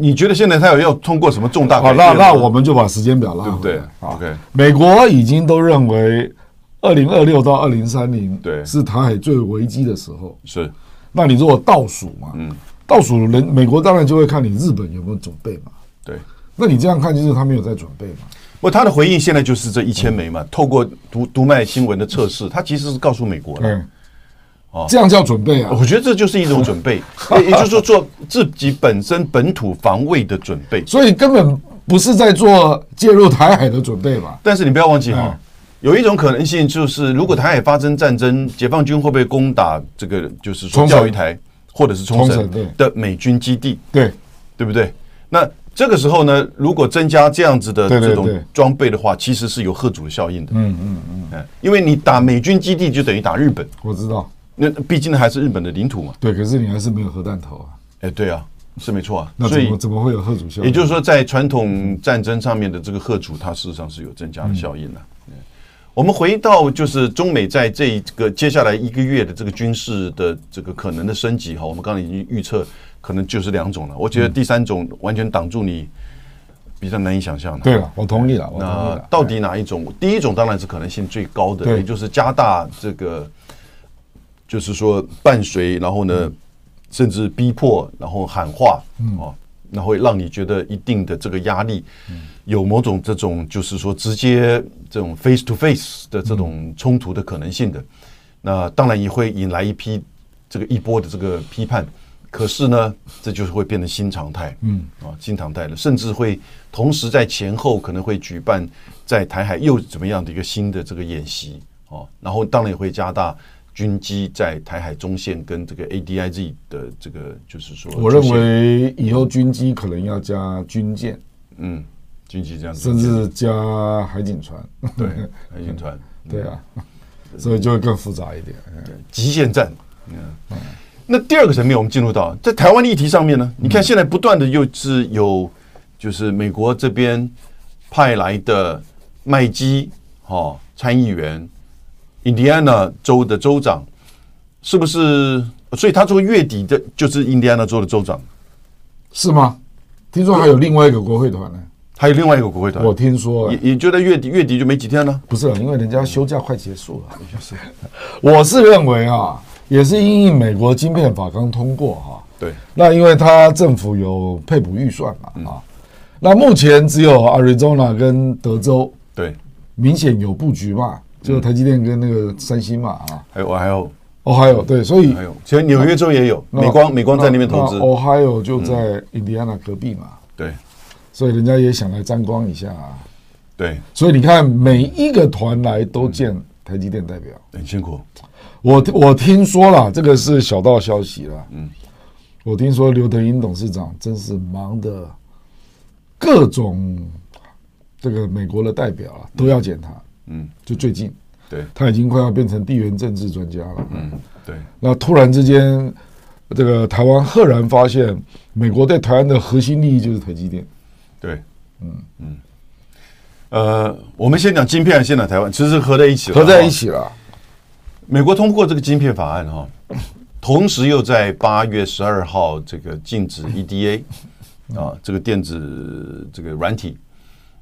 B: 你觉得现在他有要通过什么重大
A: 好，
B: 改变
A: 那
B: 吗？
A: 那我们就把时间表拉
B: 对不
A: 回
B: 对
A: 来啊
B: OK
A: 美国已经都认为二零二六到二零三零
B: 对
A: 是台海最危机的时候。
B: 是
A: 那你如果倒数嘛，
B: 嗯
A: 倒数人美国当然就会看你日本有没有准备嘛。
B: 对。
A: 那你这样看就是他没有在准备嘛？
B: 不过他的回应现在就是这一千枚
A: 嗯
B: 嘛，透过读读卖新闻的测试，他其实是告诉美国了。
A: 嗯，
B: 哦
A: 这样叫准备啊？
B: 我觉得这就是一种准 备，也也就是说做自己本身本土防卫的准备。
A: 所以根本不是在做介入台海的准备嘛？
B: 但是你不要忘记哈
A: 嗯，
B: 有一种可能性就是，如果台海发生战争，解放军会不会攻打这个就是说
A: 冲绳
B: 钓鱼台或者是冲
A: 冲
B: 绳
A: 绳对
B: 的美军基地，
A: 对，
B: 对不对？那这个时候呢，如果增加这样子的
A: 对对
B: 这种
A: 对
B: 装备的话，其实是有贺主的效应的。
A: 嗯嗯，
B: 嗯，因为你打美军基地就等于打日本，
A: 我知道。
B: 那毕竟还是日本的领土嘛。
A: 对，可是你还是没有核弹头啊？
B: 哎，对啊，是没错啊。
A: 那
B: 所
A: 怎
B: 以
A: 么怎么会有核主效应？
B: 也就是说，在传统战争上面的这个贺主，它事实上是有增加的效应的、嗯我们回到就是中美在这一个接下来一个月的这个军事的这个可能的升级哈，我们刚才已经预测可能就是两种了。我觉得第三种完全挡住你，比较难以想象的。
A: 对了，我同意了，我同意
B: 那
A: 了。
B: 到底哪一种？第一种当然是可能性最高的，
A: 对
B: 也就是加大这个，就是说伴随，然后呢，甚至逼迫，然后喊话，哦，那会让你觉得一定的这个压力，有某种这种就是说直接这种 face to face 的这种冲突的可能性的。那当然也会引来一批这个一波的这个批判。可是呢，这就是会变成新常态，嗯啊，新常态了，甚至会同时在前后可能会举办在台海又怎么样的一个新的这个演习哦，然后当然也会加大军机在台海中线跟这个 ADIZ 的这个就是说，
A: 我认为以后军机可能要加军舰，
B: 嗯，军机这样子
A: 甚至加海警船。
B: 对海军团嗯
A: 对啊， 所以就会更复杂一点。
B: 极限战。嗯，那第二个层面，我们进入到在台湾的议题上面呢，你看现在不断的又是有，就是美国这边派来的麦基哦参议员，印第安纳州的州长，是不是？呃所以他这个月底的就是印第安纳州的州长，
A: 是吗？听说还有另外一个国会团呢，
B: 还有另外一个国会团
A: 我，听说啊
B: 也也就在月底，月底就没几天了。
A: 不是，啊因为人家休假快结束 了。我是认为啊，也是因应美国晶片法刚通过哈、
B: 对，
A: 那因为它政府有配补预算
B: 嗯
A: 嘛啊，那目前只有 Arizona 跟德州
B: 对，
A: 明显有布局嘛，就是台积电跟那个三星嘛啊，
B: 还有还有
A: 哦还有对，所以
B: 还有，其实纽约州也有，
A: 那
B: 美光美光在那边投资嗯
A: 那，，Ohio 就在 Indiana 隔壁嘛，
B: 对
A: 所以人家也想来沾光一下啊。
B: 对，
A: 所以你看，每一个团来都见台积电代表。
B: 很辛苦，
A: 我我听说了，这个是小道消息了。嗯，我听说刘德英董事长真是忙的，各种这个美国的代表啊都要见他。
B: 嗯，
A: 就最近
B: 对
A: 他已经快要变成地缘政治专家了。嗯，
B: 对。
A: 那突然之间，这个台湾赫然发现，美国对台湾的核心利益就是台积电。
B: 对，嗯嗯，呃，我们先讲晶片，先讲台湾，其实合在一起了，
A: 合在一
B: 哈。
A: 起了。
B: 美国通过这个晶片法案哈、同时又在八月十二号这个禁止 EDA
A: 嗯
B: 啊，这个电子这个软体，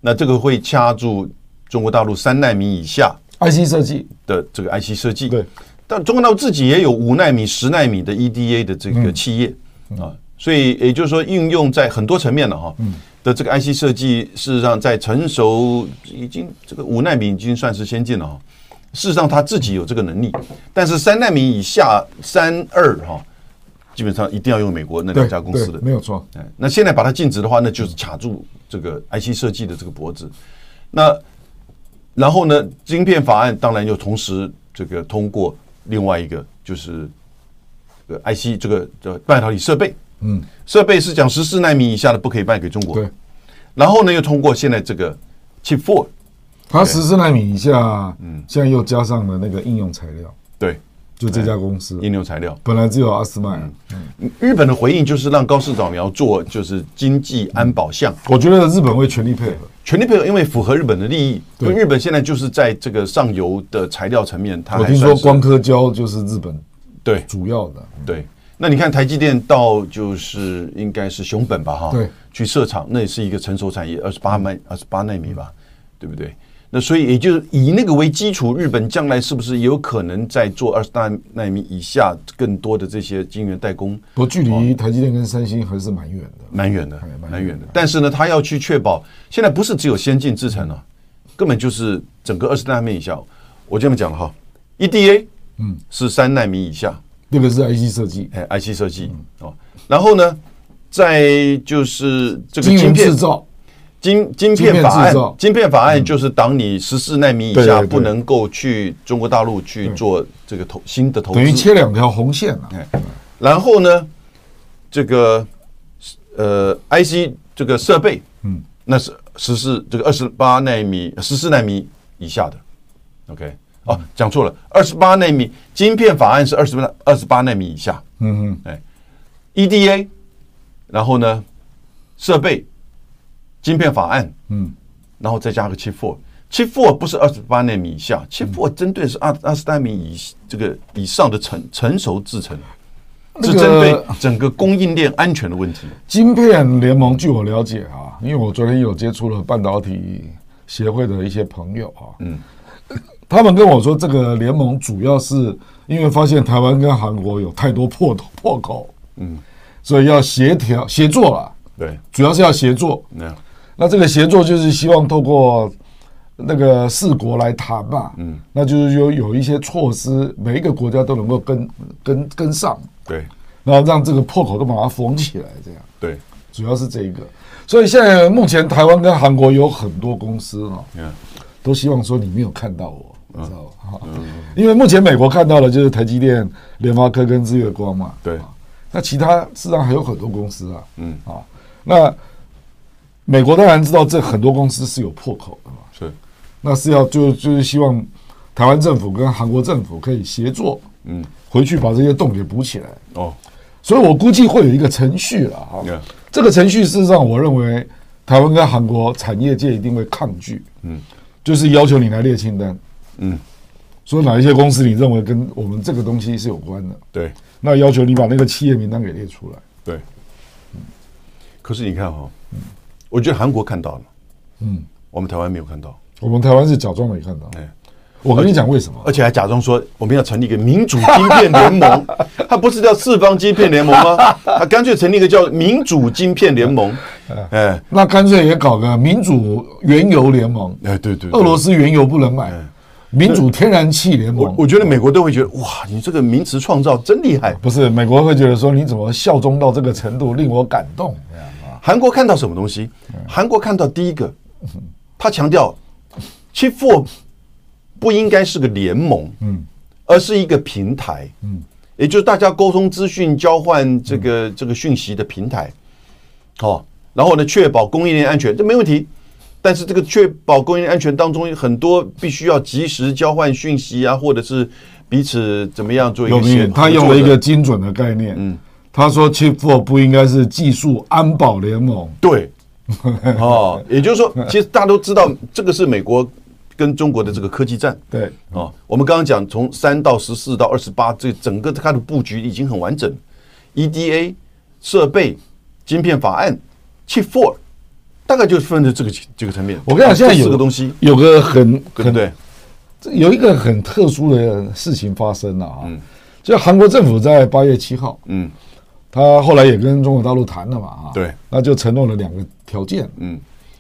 B: 那这个会掐住中国大陆三纳米以下
A: IC 设计，
B: 的这个 IC 设计，
A: 对，
B: 但中国大陆自己也有五纳米、十纳米的 EDA 的这
A: 嗯
B: 个企业、啊，所以也就是说，应用在很多层面了哈。
A: 嗯
B: 的这个 IC 设计，事实上在成熟已经这个五纳米已经算是先进了哈。事实上他自己有这个能力，但是三纳米以下三二哈，基本上一定要用美国那两
A: 对
B: 家公司
A: 对
B: 的。
A: 没有错。
B: 哎那现在把它禁止的话，那就是卡住这个 IC 设计的这个脖子。那然后呢，晶片法案当然又同时这个通过另外一个就是这个 IC 这个呃半导体设备，嗯，设备是讲十四纳米以下的不可以卖给中国。
A: 对，
B: 然后呢，又通过现在这个 Chip Four，
A: 它十四纳米以下，嗯，现在又加上了那个应用材料，
B: 对，
A: 就这家公司，
B: 应用材料。
A: 本来只有阿斯
B: 嗯
A: 曼，
B: 日本的回应就是让高市早苗做就是经济安保项，
A: 我觉得日本会全力配合，
B: 全力配合，因为符合日本的利益。因
A: 对
B: 为日本现在就是在这个上游的材料层面，它
A: 我
B: 啊还
A: 听说
B: 算是
A: 光刻胶就是日本
B: 对
A: 主要的。
B: 对，那你看台积电到就是应该是熊本吧哈，
A: 对，
B: 去设厂，那也是一个成熟产业，二十八迈二十八纳米吧，对不对？那所以也就是以那个为基础，日本将来是不是也有可能在做二十大纳米以下更多的这些晶圆代工？
A: 不过距离台积电跟三星还是蛮远的。
B: 蛮远的
A: 哎，蛮
B: 蛮
A: 远
B: 远的。但是呢，他要去确保，现在不是只有先进制程啊，根本就是整个二十纳米以下。我这么讲了哈，EDA 嗯是三纳米以下，
A: 这个是 IC 设计，
B: 哎，IC 设计
A: 嗯
B: 哦。然后呢，在就是这个
A: 晶
B: 晶
A: 圆制
B: 片
A: 造，
B: 晶
A: 晶
B: 晶片
A: 片
B: 法
A: 制
B: 案
A: 造，
B: 晶片法案就是挡你十四纳米以
A: 对
B: 下
A: 对
B: 不
A: 对
B: 能够去中国大陆去做这个投新的投资，
A: 等于切两条红线啊了、
B: 哎，然后呢，这个呃 IC 这个设备，嗯，那是十四这个二十八纳米、十四纳米以下的，OK，哦，
A: 嗯
B: 讲错了，二十八纳米晶片法案是二十八二十八纳米以下，
A: 嗯嗯，
B: 哎，EDA，然后呢，设备晶片法案，
A: 嗯，
B: 然后再加个 Chip Four。Chip Four 不是二十八纳米以下，Chip
A: 嗯
B: Four 针对的是二二十纳米以这个以上的成成熟制程。
A: 那
B: 是针对
A: 个
B: 整个供应链安全的问题。
A: 晶片联盟，据我了解啊，因为我昨天有接触了半导体协会的一些朋友啊，嗯，他们跟我说，这个联盟主要是因为发现台湾跟韩国有太多破破口，嗯，所以要协调协作了，
B: 对，
A: 主要是要协作。
B: 那
A: 那这个协作就是希望透过那个四国来谈嘛，嗯，那就是有有一些措施，每一个国家都能够跟跟跟上，
B: 对
A: 然后让这个破口都把它缝起来，这样。
B: 对，
A: 主要是这一个。所以现在目前台湾跟韩国有很多公司哦，
B: 嗯，
A: 都希望说你没有看到我，你知道吧？
B: 嗯
A: 因为目前美国看到的就是台积电、联发科跟日月光嘛。
B: 对
A: 啊那其他事实上还有很多公司啊，
B: 嗯
A: 啊，那美国当然知道这很多公司是有破口的嘛，
B: 是，
A: 那是要就就是希望台湾政府跟韩国政府可以协作，
B: 嗯，
A: 回去把这些洞给补起来。
B: 哦，
A: 所以我估计会有一个程序了哈。
B: Yeah.
A: 这个程序事实上，我认为台湾跟韩国产业界一定会抗拒，
B: 嗯，
A: 就是要求你来列清单，
B: 嗯，
A: 说哪一些公司你认为跟我们这个东西是有关的，
B: 对
A: 那要求你把那个企业名单给列出来。
B: 对。可是你看哈、我觉得韩国看到了，
A: 嗯，
B: 我们台湾没有看到，
A: 我们台湾是假装没看到。
B: 哎
A: 我跟你讲为什么？
B: 而且还假装说我们要成立一个民主晶片联盟， 它不是叫四方晶片联盟吗？它干脆成立一个叫民主晶片联 盟，
A: 啊
B: 哎
A: 那干脆也搞个民主原油联盟，
B: 哎，对对，对
A: 俄罗斯原油不能买，民主天然气联
B: 我
A: 盟。
B: 我觉得美国都会觉得哇，你这个名词创造真厉害。
A: 不是美国会觉得说你怎么效忠到这个程度，令我感动。这样
B: 韩国看到什么东西？韩国看到第一个，他强调 Chip Four 不应该是个联盟，嗯，而是一个平台，嗯，也就是大家沟通资讯、交换这
A: 嗯
B: 个、这个讯息的平台，哦，然后呢，确保供应链安全，这没问题。但是这个确保供应链安全当中，很多必须要及时交换讯息啊，或者是彼此怎么样做一
A: 有
B: 个协
A: 明，
B: 作
A: 他用了一
B: 的
A: 个精准的概念。嗯，他说 Chip Four 不应该是技术安保联盟，
B: 对， 哦，也就是说，其实大家都知道，这个是美国跟中国的这个科技战。
A: 对，
B: 哦，我们刚刚讲从三到十四到二十八，这整个它的布局已经很完整。EDA 设备、晶片法案、Chip Four，大概就是分成这个这个层面。
A: 我跟你讲，现在
B: 啊这
A: 有
B: 四个东西，
A: 有个很
B: 对不
A: 很
B: 对？
A: 这有一个很特殊的事情发生了啊，就韩国政府在八月七号，
B: 嗯，
A: 他后来也跟中国大陆谈了嘛，啊，
B: 对，
A: 那就承诺了两个条件，
B: 嗯，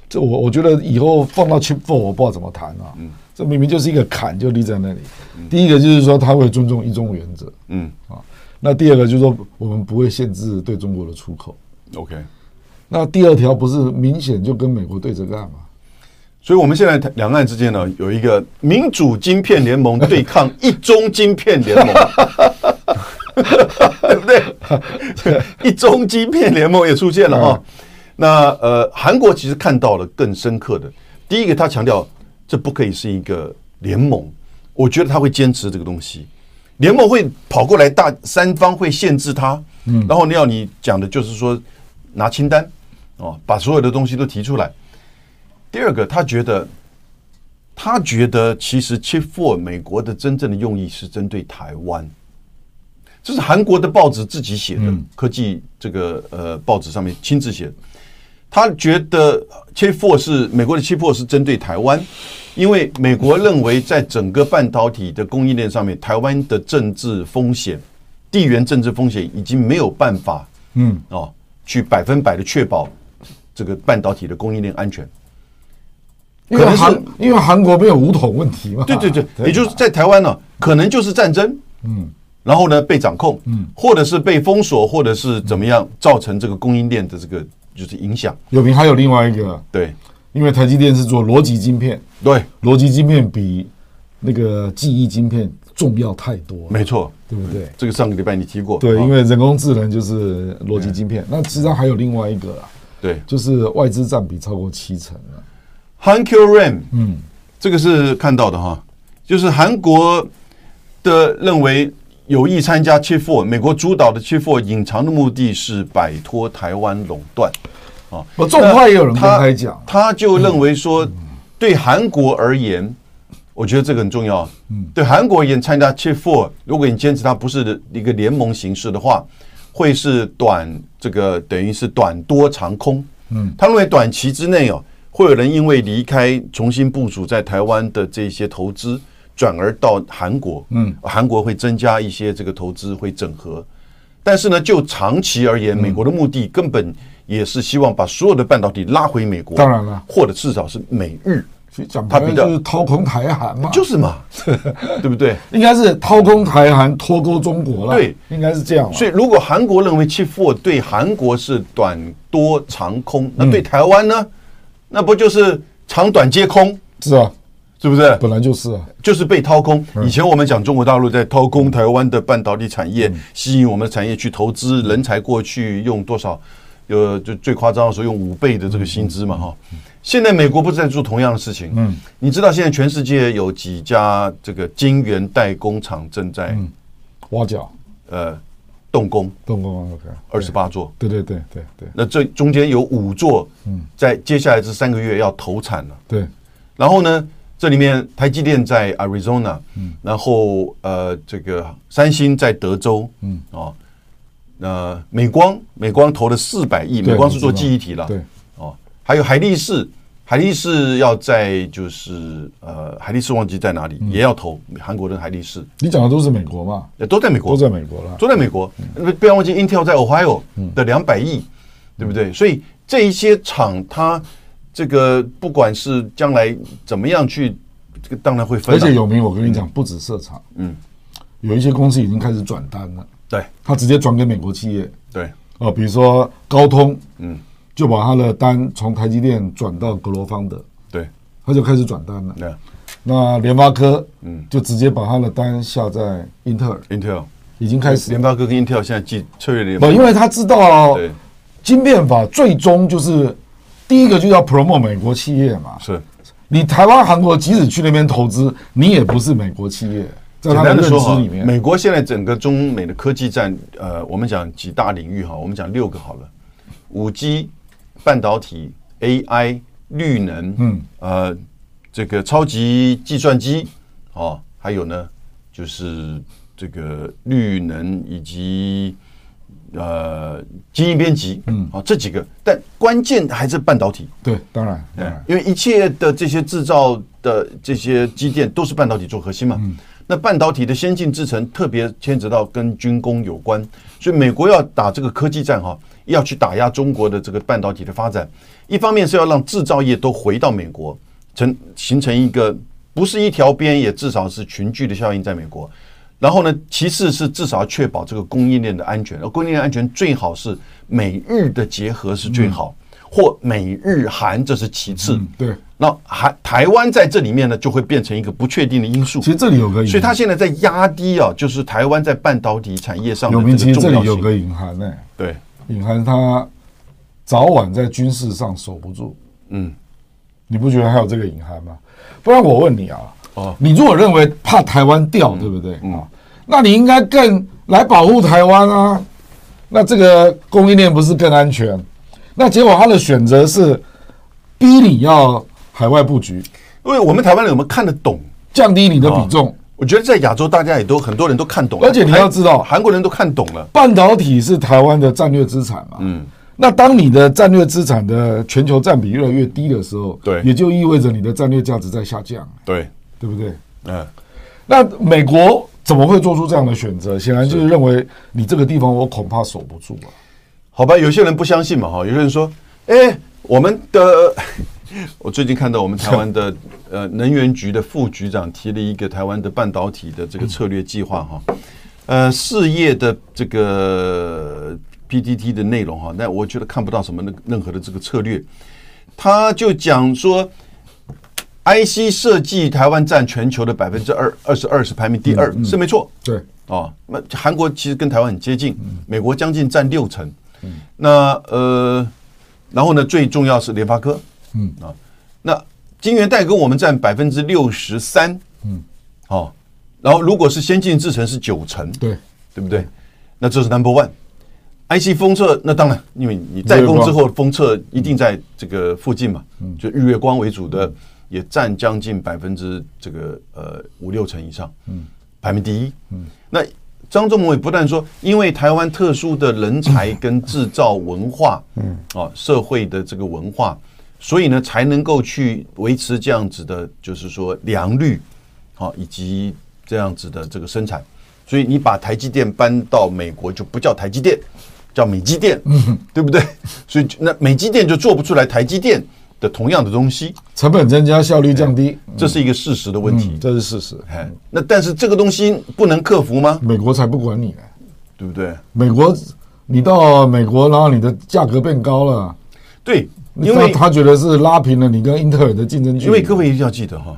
A: 这我我觉得以后放到 Chip Four，我不知道怎么谈啊，嗯，这明明就是一个坎就立在那里，第一个就是说他会尊重一中原则
B: 嗯
A: 啊，那第二个就是说我们不会限制对中国的出口，
B: ，OK。
A: 那第二条不是明显就跟美国对着干嘛？
B: 所以，我们现在两岸之间呢，有一个民主晶片联盟对抗一中晶片联盟，对不对？ 一中晶片联盟也出现了哈。那呃，韩国其实看到了更深刻的，第一个，他强调这不可以是一个联盟，我觉得他会坚持这个东西。联盟会跑过来，大三方会限制他，嗯，然后要你讲的就是说拿清单哦，把所有的东西都提出来。第二个，他觉得，他觉得其实 Chip Four 美国的真正的用意是针对台湾，这是韩国的报纸自己写的，科技这个呃报纸上面亲自写的。他觉得 Chip Four 是美国的 Chip Four 是针对台湾，因为美国认为在整个半导体的供应链上面，台湾的政治风险、地缘政治风险已经没有办法，嗯，哦，去百分百的确保这个半导体的供应链安全。
A: 因为
B: 可能是
A: 韩因为韩国没有武统问题啊嘛，
B: 对对对，也就是在台湾呢、可能就是战争，嗯，然后呢被掌控，嗯，或者是被封锁，或者是怎么
A: 嗯
B: 样，造成这个供应链的这个就是影响。
A: 有名还有另外一个，
B: 对
A: 因为台积电是做逻辑晶片，
B: 对，
A: 逻辑晶片比那个记忆晶片重要太多了，
B: 没错，
A: 对不对？
B: 这个上个礼拜你提过，
A: 对，
B: 啊
A: 因为人工智能就是逻辑晶片。那其实上还有另外一个啊，
B: 对
A: 就是外资占比超过七成啊了。
B: Hankyu Ram，嗯，这个是看到的哈，就是韩国的认为有意参加 Chip Four，美国主导的 Chip Four 隐藏的目的是摆脱台湾垄断。
A: 我这种话也有人公开讲，
B: 他就认为说，对韩国而言，我觉得这个很重要。啊
A: 嗯
B: 对韩国而言，参加 Chip Four，如果你坚持它不是一个联盟形式的话，会是短这个等于是短多长空。嗯，他认为短期之内哦，会有人因为离开重新部署在台湾的这些投资，转而到韩国。嗯，韩国会增加一些这个投资，会整合。但是呢，就长期而
A: 嗯
B: 言，美国的目的根本也是希望把所有的半导体拉回美国，
A: 当然了
B: 或者至少是美日，
A: 其实嗯讲
B: 他
A: 白
B: 比
A: 了
B: 较
A: 就是掏空台韩嘛，
B: 就是 嘛，对不对？
A: 应该是掏空台韩，脱钩中国了。
B: 对
A: 应该是这样嘛。
B: 所以，如果韩国认为 Chip Four 对韩国是短多长空，那对台湾呢？那不就是长短皆空，
A: 是啊，
B: 是不是？
A: 本来就是啊。
B: 就是被掏空。以前我们讲中国大陆在掏空台湾的半导体产业，吸引我们的产业去投资，人才过去用多少？呃，就最夸张的时候用五倍的这个薪资嘛，哈。现在美国不是在做同样的事情？嗯，你知道现在全世界有几家这个晶圆代工厂正在
A: 挖角
B: 呃动工
A: 动工 OK，
B: 二十八座，
A: 对对对对对
B: 那这中间有五座，在接下来这三个月要投产了。
A: 对，
B: 然后呢，这里面台积电在 Arizona，嗯，然后呃，这个三星在德州，嗯，哦，呃，美光，美光投了四百亿，
A: 对
B: 美光是做
A: 我知道
B: 记忆体了，
A: 对，
B: 哦，还有海力士，海力士要在就是呃，海力士忘记在哪里，
A: 嗯
B: 也要投韩国的海力士，
A: 你讲的都是美国嘛，
B: 也都在美国，
A: 都在美国了。
B: 都在美国。呃不要忘记，Intel 在 Ohio 的两百亿，对不对？所以这一些厂，它这个不管是将来怎么样去，这个当然会分
A: 而
B: 了。
A: 且有名，我跟你讲，不止设厂，嗯，有一些公司已经开始转单了，
B: 对
A: 他直接转给美国企业。
B: 对
A: 哦，比如说高通，嗯，就把他的单从台积电转到格罗方德，
B: 对，
A: 他就开始转单了。
B: 那
A: 那联发科，嗯，就直接把他的单下在英特尔，
B: Intel、
A: 已经开始
B: 联发科跟 Intel 现在计策略联
A: 不，
B: 盟，
A: 因为他知道
B: 对
A: 晶片法最终就是第一个就要 promote 美国企业嘛。
B: 是
A: 你台湾、韩国即使去那边投资，你也不是美国企业，在
B: 简
A: 他
B: 单
A: 的
B: 的
A: 认
B: 说
A: 知
B: 哈
A: 里，面，
B: 美国现在整个中美的科技战，呃，我们讲几大领域哈，我们讲六个好了，五 G、半导体、AI、绿能，嗯，呃，这个超级计算机，哦，还有呢，就是这个绿能以及呃基因编辑，嗯，好、这几个，但关键还是半导体，
A: 对，当然，当然
B: 因为一切的这些制造的这些机电都是半导体做核心嘛。那半导体的先进制程特别牵扯到跟军工有关，所以美国要打这个科技战哈、要去打压中国的这个半导体的发展。一方面是要让制造业都回到美国，成形成一个不是一条边，也至少是群聚的效应在美国。然后呢，其次是至少要确保这个供应链的安全，而供应链安全最好是美日的结合是最好，或美日韩这是其次。
A: 嗯对。
B: 那韩台湾在这里面呢，就会变成一个不确定的因素。
A: 其实这里有个
B: 所
A: 隐
B: 以他现在在压低啊，就是台湾在半导体产业上
A: 有名，
B: 的
A: 其
B: 这
A: 实
B: 个
A: 这
B: 重要
A: 里有
B: 性。
A: 个隐含哎呢、
B: 对，
A: 隐含它早晚在军事上守不住。
B: 嗯，
A: 你不觉得还有这个隐含吗？不然我问你啊，
B: 哦嗯
A: 你如果认为怕台湾掉，对不对？啊、那你应该更来保护台湾啊。那这个供应链不是更安全？那结果他的选择是逼你要海外布局，
B: 因为我们台湾人有没有看得懂？
A: 降低你的比重，
B: 我觉得在亚洲，大家也都很多人都看懂了，
A: 而且你要知道
B: 韩韩国人都看懂了，
A: 半导体是台湾的战略资产嘛。嗯。那当你的战略资产的全球占比越来越低的时候，
B: 对
A: 也就意味着你的战略价值在下降，
B: 对，
A: 对不对？
B: 嗯，
A: 那美国怎么会做出这样的选择？显然就是认为你这个地方我恐怕守不住啊。
B: 好吧，有些人不相信嘛，哈，有些人说，哎，我们的， 我最近看到我们台湾的 呃能源局的副局长提了一个台湾的半导体的这个策略计划，哈，呃，事业的这个 PPT 的内容哈，那我觉得看不到什么那个任何的这个策略，他就讲说。IC 设计台湾占全球的百分之二二十二，是排名第二，是没错。
A: 对，
B: 哦，那韩国其实跟台湾很接近，美国将近占六成。那呃，然后呢，最重要是联发科，嗯啊，那晶圆代工我们占百分之六十三，嗯，哦，然后如果是先进制程是九成，
A: 对，
B: 对不对？那这是 number one。IC 封测，那当然，因为你代工之后封测一定在这个附近嘛，就日月光为主的也占将近百分之这个呃五六成以上，嗯，排名第一，嗯，那张忠谋也不但说，因为台湾特殊的人才跟制造文化，嗯，啊，社会的这个文化，所以呢才能够去维持这样子的，就是说良率，好、以及这样子的这个生产。所以你把台积电搬到美国，就不叫台积电，叫美积电，对不对？所以就那美积电就做不出来台积电的同样的东西，
A: 成本增加，效率降低，
B: 这是一个事实的问题
A: 嗯。这是事实。
B: 哎，那但是这个东西不能克服吗？
A: 美国才不管你呢。
B: 对不对？
A: 美国，你到美国，然后你的价格变高了，
B: 对，因为
A: 他他觉得是拉平了你跟英特尔的竞争距离。
B: 因为各位一定要记得哈，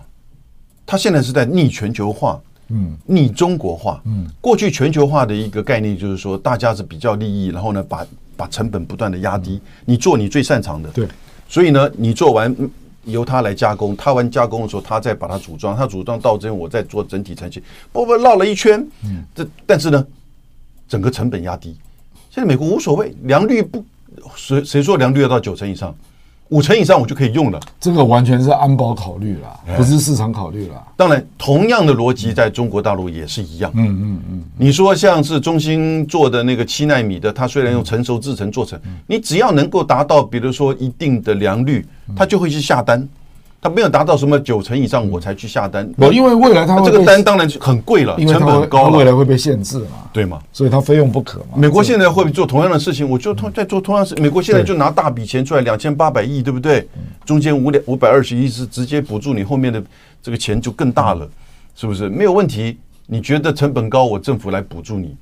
B: 他现在是在逆全球化，嗯，逆中国化，嗯，过去全球化的一个概念就是说，大家是比较利益，然后呢，把把成本不断的压低，你做你最擅长的，
A: 对，
B: 所以呢，你做完嗯由他来加工，他完加工的时候，他再把它组装，他组装到这边，我再做整体成型，不不绕了一圈，嗯，这但是呢，整个成本压低。现在美国无所谓，良率不谁谁说良率要到九成以上，五成以上我就可以用了。
A: 这个完全是安保考虑啦，
B: 哎
A: 不是市场考虑啦。
B: 当然，同样的逻辑在中国大陆也是一样。嗯嗯嗯。你说像是中兴做的那个七纳米的，它虽然用成熟制程做
A: 嗯
B: 成，你只要能够达到，比如说一定的良率，它就会去下单。它没有达到什么九成以上，我才去下单。
A: 我嗯因为未来它
B: 那
A: 会
B: 这个
A: 被
B: 单，当然是很贵了，
A: 因为
B: 成
A: 它
B: 本
A: 会
B: 很
A: 它
B: 高
A: 未
B: 了，
A: 来会被限制嘛，
B: 对吗？
A: 所以它非用不可嘛。
B: 美国现在会不会做同样的事情？我就同在做同样的事。美国现在就拿大笔钱出来，两千八百亿，对不对？中间五两五百二十亿是直接补助你后面的这个钱就更大了，是不是？没有问题。你觉得成本高，我政府来补助你，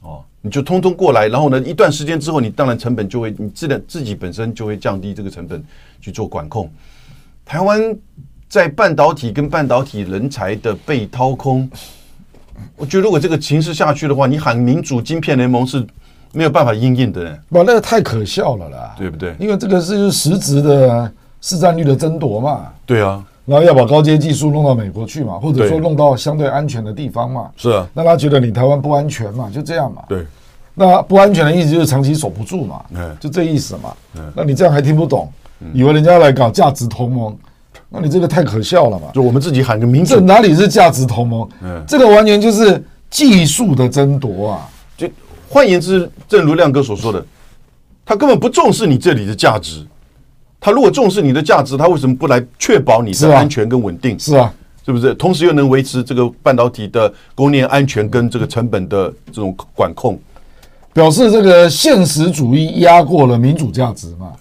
B: 哦，你就通通过来。然后呢，一段时间之后，你当然成本就会，你自然自己本身就会降低这个成本去做管控。台湾在半导体跟半导体人才的被掏空，我觉得如果这个情势下去的话，你喊民主晶片联盟是没有办法应应的呢，
A: 不，那个太可笑了啦，
B: 对不对
A: 因为这个是实质的市占率的争夺嘛，
B: 对啊，
A: 然后要把高阶技术弄到美国去嘛，或者说
B: 对
A: 弄到相对安全的地方嘛。
B: 是啊，
A: 那他觉得你台湾不安全嘛，就这样嘛。
B: 对，
A: 那不安全的意思就是长期守不住嘛
B: 嗯，
A: 就这意思嘛。那你这样还听不懂，以为人家来搞价值同盟，那你这个太可笑了嘛。
B: 就我们自己喊个民
A: 这
B: 主，
A: 哪里是价值同盟
B: 嗯？
A: 这个完全就是技术的争夺啊！
B: 就换言之，正如亮哥所说的，他根本不重视你这里的价值。他如果重视你的价值，他为什么不来确保你
A: 是
B: 的
A: 啊
B: 安全跟稳定？
A: 是啊，
B: 是不是？同时又能维持这个半导体的供应链安全跟这个成本的这种管控。
A: 表示这个现实主义压过了民主价值嘛。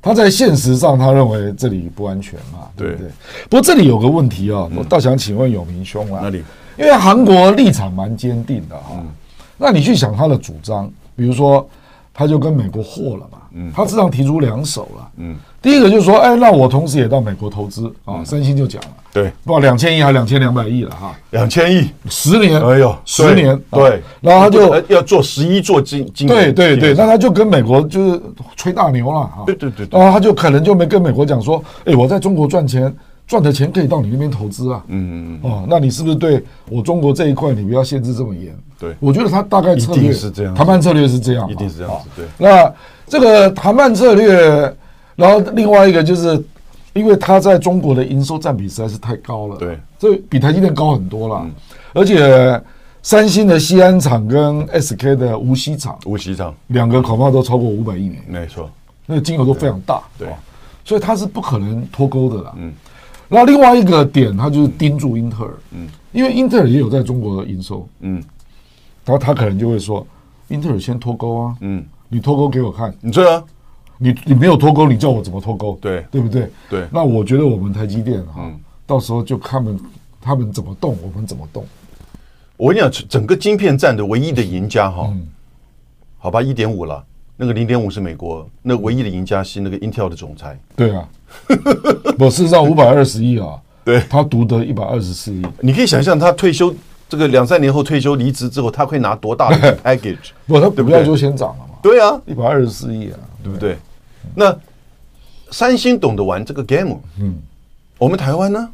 A: 他在现实上，他认为这里不安全嘛，对不
B: 对嗯
A: 对？不过这里有个问题啊，我倒想请问永明兄啊，
B: 哪里？嗯
A: 因为韩国立场蛮坚定的哈、那你去想他的主张，比如说，他就跟美国和了嘛，
B: 嗯
A: 他至少提出两手了，嗯，第一个就是说，哎，那我同时也到美国投资
B: 嗯
A: 啊，三星就讲了，
B: 对，
A: 不两千亿还两千两百亿了哈，
B: 两千亿，
A: 十年，
B: 哎呦，
A: 十年，啊
B: 对，
A: 然后他就
B: 呃要做十一座金金
A: 对对对，那他就跟美国就是吹大牛了哈。
B: 对对对对
A: 然后他就可能就没跟美国讲说，哎，我在中国赚钱，赚的钱可以到你那边投资啊。嗯嗯。哦，那你是不是对我中国这一块你不要限制这么严？
B: 对
A: 我觉得他大概策
B: 一
A: 略
B: 定是这样子
A: 谈判策略是这样嘛，啊
B: 一定是这样
A: 哦
B: 子对
A: 那这个谈判策略，然后另外一个就是因为它在中国的营收占比实在是太高了，
B: 对，嗯
A: 这比台积电高很多啦。而且三星的西安厂跟 SK 的无锡厂，
B: 无锡厂，
A: 两个恐怕都超过五百亿美元，
B: 没错，
A: 那个金额都非常大，
B: 对
A: 哦所以它是不可能脱钩的啦。嗯，那另外一个点，它就是盯住英特尔，嗯，因为英特尔也有在中国的营收，
B: 嗯
A: 然后他可能就会说，英特尔先脱钩啊，
B: 嗯，
A: 你脱钩给我看，
B: 你这啊
A: 你你没有脱钩，你叫我怎么脱钩？
B: 对
A: 对不对？
B: 对嗯
A: 那我觉得我们台积电哈、到时候就看们他们怎么动，我们怎么动。
B: 嗯我跟你讲，整个晶片战的唯一的赢家哈，
A: 嗯
B: 好吧，一点五了，那个零点五是美国，那唯一的赢家是那个 Intel 的总裁。
A: 对啊，我事实上五百二十亿啊，
B: 对
A: 他独得一百二十四亿。
B: 你可以想象他退休这个两三年后退休离职之后，他会拿多大 的 package？
A: 不，他
B: 对
A: 股
B: 不
A: 票
B: 对
A: 就先涨了嘛，
B: 对啊，
A: 一百二十四亿啊，对
B: 对
A: 不
B: 不
A: 对？
B: 对？那三星懂得玩这个 game，嗯，我们台湾呢，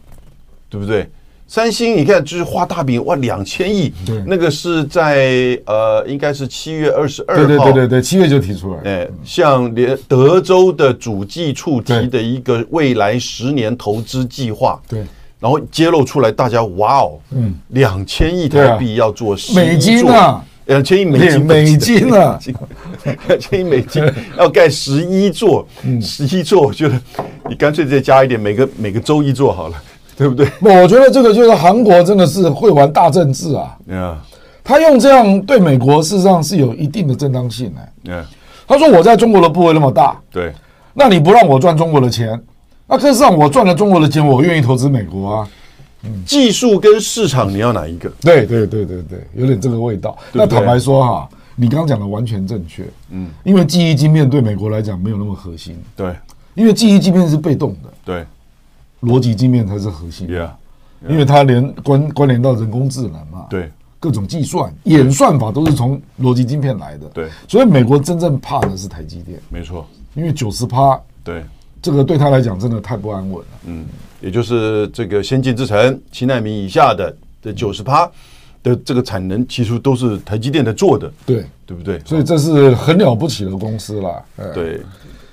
B: 对不对？三星你看就是画大饼，哇，两千亿
A: 对，
B: 那个是在呃，应该是七月二十二号，
A: 对对对对对，七月就提出来了。
B: 哎，向联德州的主计处提的一个未来十年投资计划，
A: 对，
B: 然后揭露出来，大家哇哦，嗯，啊两千亿台币要做11
A: 美金啊
B: 座，两千亿美金，
A: 美金啊，
B: 两千亿美金要盖十一座，十一座，我觉得你干脆再加一点，每个每个州一座好了，对不对？
A: 不，我觉得这个就是韩国真的是会玩大政治啊，
B: 嗯
A: 他用这样对美国事实上是有一定的正当性的、啊
B: 嗯，
A: 他说我在中国的部位那么大，
B: 对，
A: 那你不让我赚中国的钱，那可是让我赚了中国的钱，我愿意投资美国啊。
B: 技术跟市场你要哪一个？
A: 对对对对对，有点这个味道。
B: 对不对
A: 那坦白说哈，你刚刚讲的完全正确，嗯，因为记忆晶片对美国来讲没有那么核心，
B: 对
A: 因为记忆晶片是被动的，
B: 对
A: 逻辑晶片才是核心，
B: ，Yeah，
A: 因为它连关关联到人工智能嘛，，
B: 对
A: 各种计算、演算法都是从逻辑晶片来的，
B: 对
A: 所以美国真正怕的是台积电，
B: 没错，
A: 因为九十趴
B: 对。
A: 这个对他来讲真的太不安稳了，
B: 嗯，也就是这个先进制程七纳米以下的
A: 嗯
B: 这九十趴的这个产能，其实都是台积电在做的，
A: 对。
B: 对不对？
A: 所以这是很了不起的公司啦。哎，
B: 对。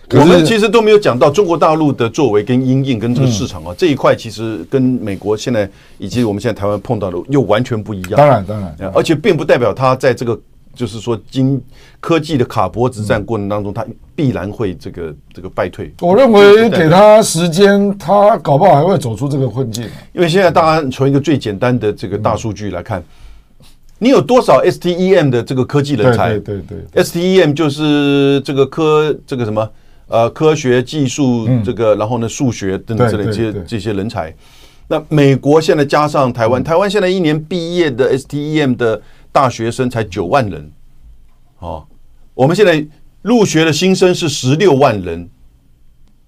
A: 可是
B: 我们其实都没有讲到中国大陆的作为跟因应跟这个市场啊、
A: 嗯
B: 这一块，其实跟美国现在以及我们现在台湾碰到的又完全不一样。
A: 当然当然，
B: 呃，而且并不代表它在这个就是说经科技的卡脖子
A: 嗯
B: 战过程当中，它必然会这个这个败退。
A: 我认为给他时间，他搞不好还会走出这个困境。
B: 因为现在大家从一个最简单的这个大数据来看，你有多少 STEM 的这个科技人
A: 对
B: 才？
A: 对对对，
B: STEM 就是这个科这个什么呃科学技术这个，然后呢数学等等之类
A: 嗯对
B: 这
A: 对
B: 些
A: 对
B: 这些人才。那美国现在加上
A: 嗯
B: 台湾，台湾现在一年毕业的 STEM 的大学生才九万人，哦，我们现在入学的新生是十六万人，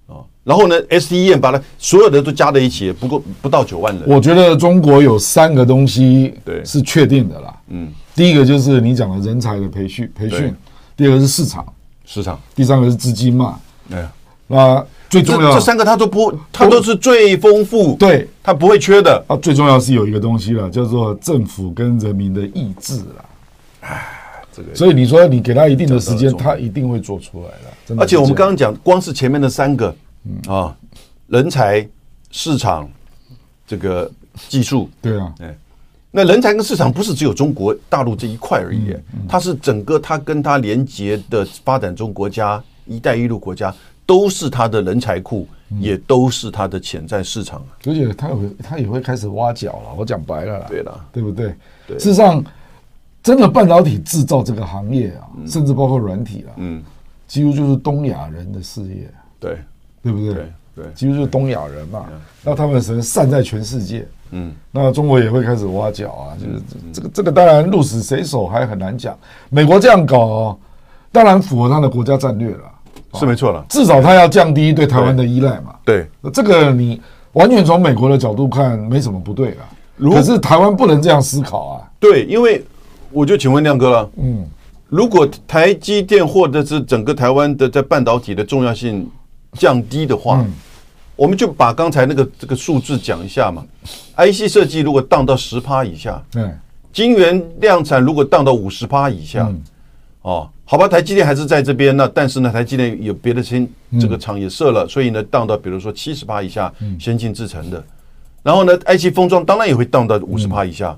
B: 哦，然后呢 STEM 把它所有的都加在一起，也不够不到九万人。
A: 我觉得中国有三个东西
B: 对
A: 是确定的啦。
B: 嗯，
A: 第一个就是你讲的人才的培训培训
B: 对，
A: 第二个是市场，
B: 市场，
A: 第三个是资金嘛。
B: 哎呀，啊
A: 那最
B: 这
A: 重要
B: 这三个它都不，它都是最丰富，，
A: 对
B: 它不会缺的。
A: 啊，最重要是有一个东西了，叫做政府跟人民的意志啦。
B: 这个
A: 所以你说你给他一定的时间，
B: 讲到
A: 他一定会做出来的。真的
B: 而且
A: 是
B: 我们
A: 这
B: 刚
A: 样
B: 刚讲，光是前面的三个啊，人才、市场、这个技术，
A: 对啊，
B: 哎，那人才跟市场不是只有中国大陆这一块而已，它是整个它跟它连接的发展中国家、一带一路国家，都是它的人才库，也都是它的潜在市场啊。
A: 而且他也会他也会开始挖角了。我讲白了啦，
B: 对啦，
A: 对不对？事实上，真的半导体制造这个行业啊，甚至包括软体啊，
B: 嗯，
A: 几乎就是东亚人的事业，啊
B: 对，
A: 对不对？
B: 对对
A: 几乎就是东亚人嘛。那他们神散在全世界，
B: 嗯，
A: 那中国也会开始挖角啊。就是这个这个当然鹿死谁手还很难讲。美国这样搞、哦，当然符合他的国家战略了，
B: 是没错了。
A: 至少他要降低对台湾的依赖嘛。
B: 啊对，
A: 那这个你完全从美国的角度看没什么不对啦。
B: 如
A: 可是台湾不能这样思考啊。
B: 对，因为我就请问亮哥了，嗯，如果台积电或者是整个台湾的在半导体的重要性降低的话，我们就把刚才那个这个数字讲一下嘛。IC 设计如果荡到十趴以下，
A: 对。嗯
B: 晶圆量产如果荡到五十趴以下，哦，好吧，台积电还是在这边，那但是呢，台积电有别的先
A: 嗯
B: 这个厂也设了，所以呢，荡到比如说七十趴以下，先进制程的，然后呢，IC 封装当然也会荡
A: 嗯
B: 到五十趴以下。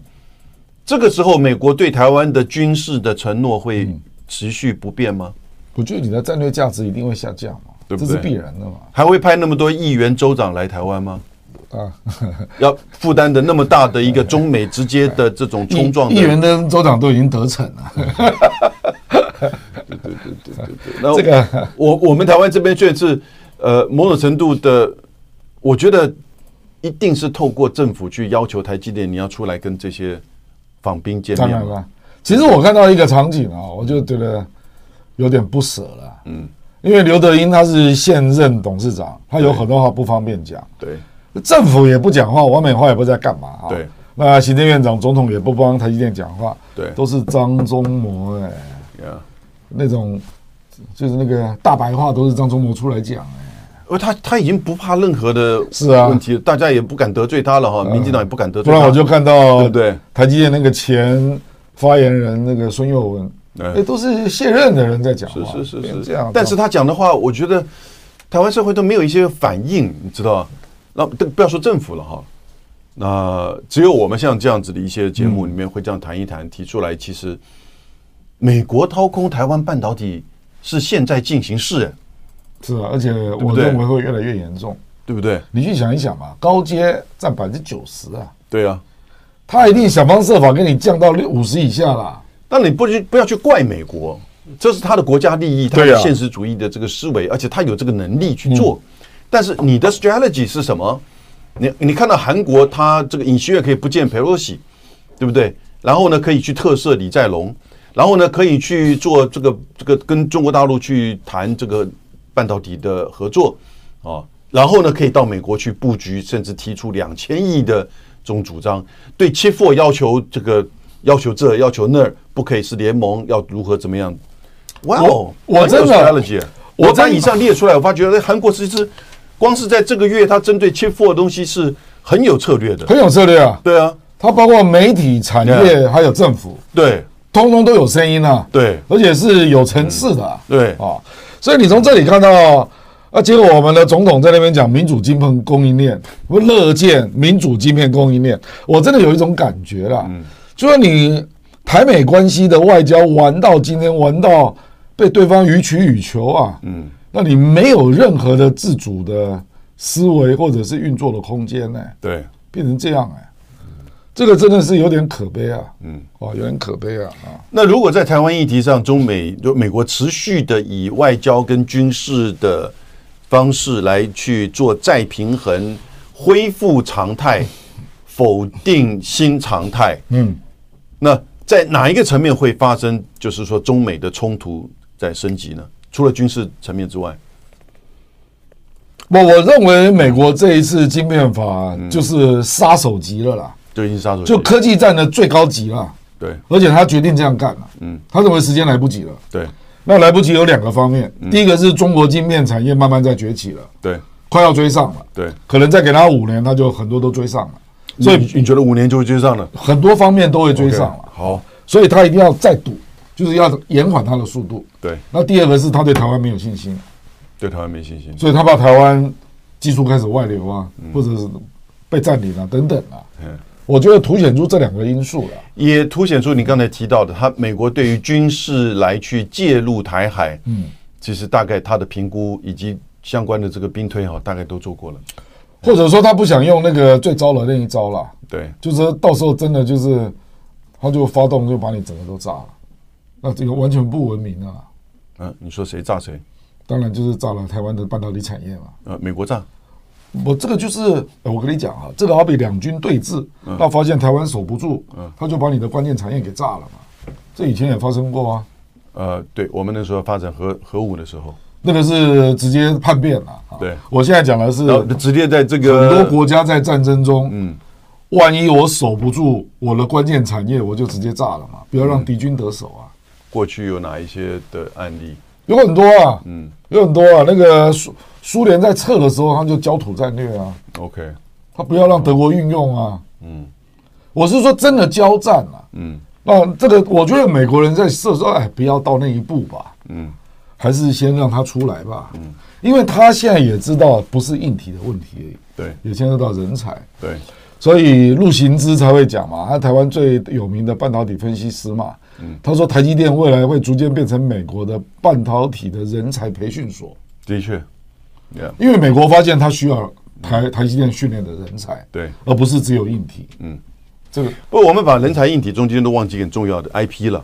B: 这个时候，美国对台湾的军事的承诺会
A: 嗯
B: 持续不变吗？
A: 我觉得你的战略价值一定会下降嘛，
B: 对不
A: 这是
B: 对
A: 必然的嘛。
B: 还会派那么多议员、州长来台湾吗？
A: 啊，
B: 要负担的那么大的一个中美之间的这种冲撞
A: 议议
B: 的，
A: 员跟州长都已经得逞了，
B: 那
A: 这个
B: 我我们台湾这边却是呃某种程度的，我觉得一定是透过政府去要求台积电你要出来跟这些访兵见
A: 当
B: 面
A: 然
B: 嘛。
A: 了。其实我看到一个场景啊，我就觉得有点不舍了。嗯，因为刘德英他是现任董事长，他有很多话不方便讲。
B: 对，
A: 政府也不讲话，王美花也不知道在干嘛啊。
B: 对，
A: 那行政院长、总统也不帮台积电讲话，
B: 对
A: 都是张忠谋哎、
B: 啊，
A: 那种就是那个大白话都是张忠谋出来讲哎、
B: 而呃他他已经不怕任何的
A: 是啊嗯
B: 问题，大家也不敢得罪他了哈，民进党也不敢得
A: 不
B: 罪他。
A: 然我就看到
B: 对不对
A: 台积电那个前发言人那个孙佑文，
B: 哎
A: 哎，都是卸任的人在讲话，
B: 是是
A: 变
B: 是
A: 这
B: 是
A: 样，
B: 但是他讲的话，我觉得台湾社会都没有一些反应，你知道？那这不要说政府了哈，那、只有我们像这样子的一些节目里面会这样谈一谈，提出来，其实美国掏空台湾半导体是现在进行式，哎
A: 是啊，而且
B: 不
A: 我
B: 对
A: 认为会越来越严重。
B: 对不对？
A: 你去想一想嘛，高阶占百分之九十啊，
B: 对啊。
A: 他一定想方设法给你降到六五十以下啦。
B: 但你不去不要去怪美国，这是他的国家利益，他
A: 对
B: 的
A: 啊
B: 现实主义的这个思维，而且他有这个能力去做。但是你的 strategy 是什么？你你看到韩国，他这个尹锡悦可以不见佩洛西，对不对？然后呢，可以去特赦李在镕，然后呢，可以去做这个这个跟中国大陆去谈这个半导体的合作啊，然后呢，可以到美国去布局，甚至提出两千亿的这种主张，对 Chip Four 要求这个要求这要求那儿，不可以是联盟，要如何怎么样？哇哦，
A: 我
B: 很有
A: 真的
B: strategy 啊
A: 我
B: 我把
A: 真的
B: 以上列出来，我发觉哎韩国其实光是在这个月，它针对 Chip Four 的东西是很有策略的。
A: 很有策略啊。
B: 对啊，
A: 它包括媒体、产业
B: Yeah
A: 还有政府，
B: 对
A: 通通都有声音啊。
B: 啊对嗯
A: 而且是有层次的啊、
B: 对
A: 啊。所以你从这里看到，啊，结果我们的总统在那边讲民主晶片供应链，我乐见民主晶片供应链，我真的有一种感觉啦，就是你台美关系的外交玩到今天，玩到被对方予取予求啊，嗯，那你没有任何的自主的思维或者是运作的空间呢、
B: 对，
A: 变成这样哎、这个真的是有点可悲啊，嗯，哦，有点可悲啊，啊，
B: 那如果在台湾议题上，中美就美国持续的以外交跟军事的方式来去做再平衡、恢复常态、否定新常态，
A: 嗯。
B: 那在哪一个层面会发生？就是说中美的冲突在升级呢？除了军事层面之外，
A: 我我认为美国这一次晶片法就是杀手级了啦，
B: 就已经杀手锏
A: 就科技战的最高级了，
B: 对
A: 而且他决定这样干了，嗯，他认为时间来不及了。
B: 对
A: 那来不及有两个方面，第一个是中国晶片产业慢慢在崛起了，
B: 对
A: 快要追上了，
B: 对，
A: 可能再给他五年，他就很多都追上了，所
B: 所以
A: 以
B: 你觉得五年就会追上了？
A: 很多方面都会追上了，
B: 好，
A: 所以他一定要再赌，就是要延缓他的速度。
B: 对
A: 那第二个是他对台湾没有信心，
B: 对台湾没信心，
A: 所以他怕台湾技术开始外流啊，或者是被占领啊等等啊。
B: 嗯。
A: 我觉得凸显出这两个因素了。
B: 也凸显出你刚才提到的，他美国对于军事来去介入台海，嗯，其实大概他的评估以及相关的这个兵推哈，大概都做过了。
A: 或者说他不想用那个最糟的那一招啦，
B: 对，
A: 就是说到时候真的就是他就发动就把你整个都炸了，那这个完全不文明啊！
B: 嗯、你说谁炸谁？
A: 当然就是炸了台湾的半导体产业嘛。
B: 呃，美国炸，
A: 我这个就是呃我跟你讲啊，这个好比两军对峙，那发现台湾守不住，他就把你的关键产业给炸了嘛。这以前也发生过啊，
B: 呃，对我们那时候发展核核武的时候，
A: 那个是直接叛变了。啊
B: 对
A: 我现在讲的是
B: 然后呃直接在这
A: 很
B: 个
A: 多国家在战争中，嗯，万一我守不住我的关键产业，我就直接炸了嘛，不要
B: 嗯
A: 让敌军得手啊。
B: 过去有哪一些的案例？
A: 有很多啊，嗯，有很多啊。那个苏苏联在撤的时候，他就焦土战略啊，
B: OK，
A: 他不要让德国运用啊，嗯，我是说真的交战啊，嗯，那这个我觉得美国人在设说，哎，不要到那一步吧，嗯，还是先让他出来吧，嗯，因为他现在也知道不是硬体的问题而已，
B: 对
A: 也牵涉到人才，
B: 对，
A: 所以陆行之才会讲嘛，他台湾最有名的半导体分析师嘛，他说台积电未来会逐渐变成美国的半导体的人才培训所，
B: 的确，Yeah，
A: 因为美国发现他需要台台积电训练的人才，
B: 对。
A: 而不是只有硬体，嗯，这个
B: 不，我们把人才硬体中间都忘记很重要的 IP 了。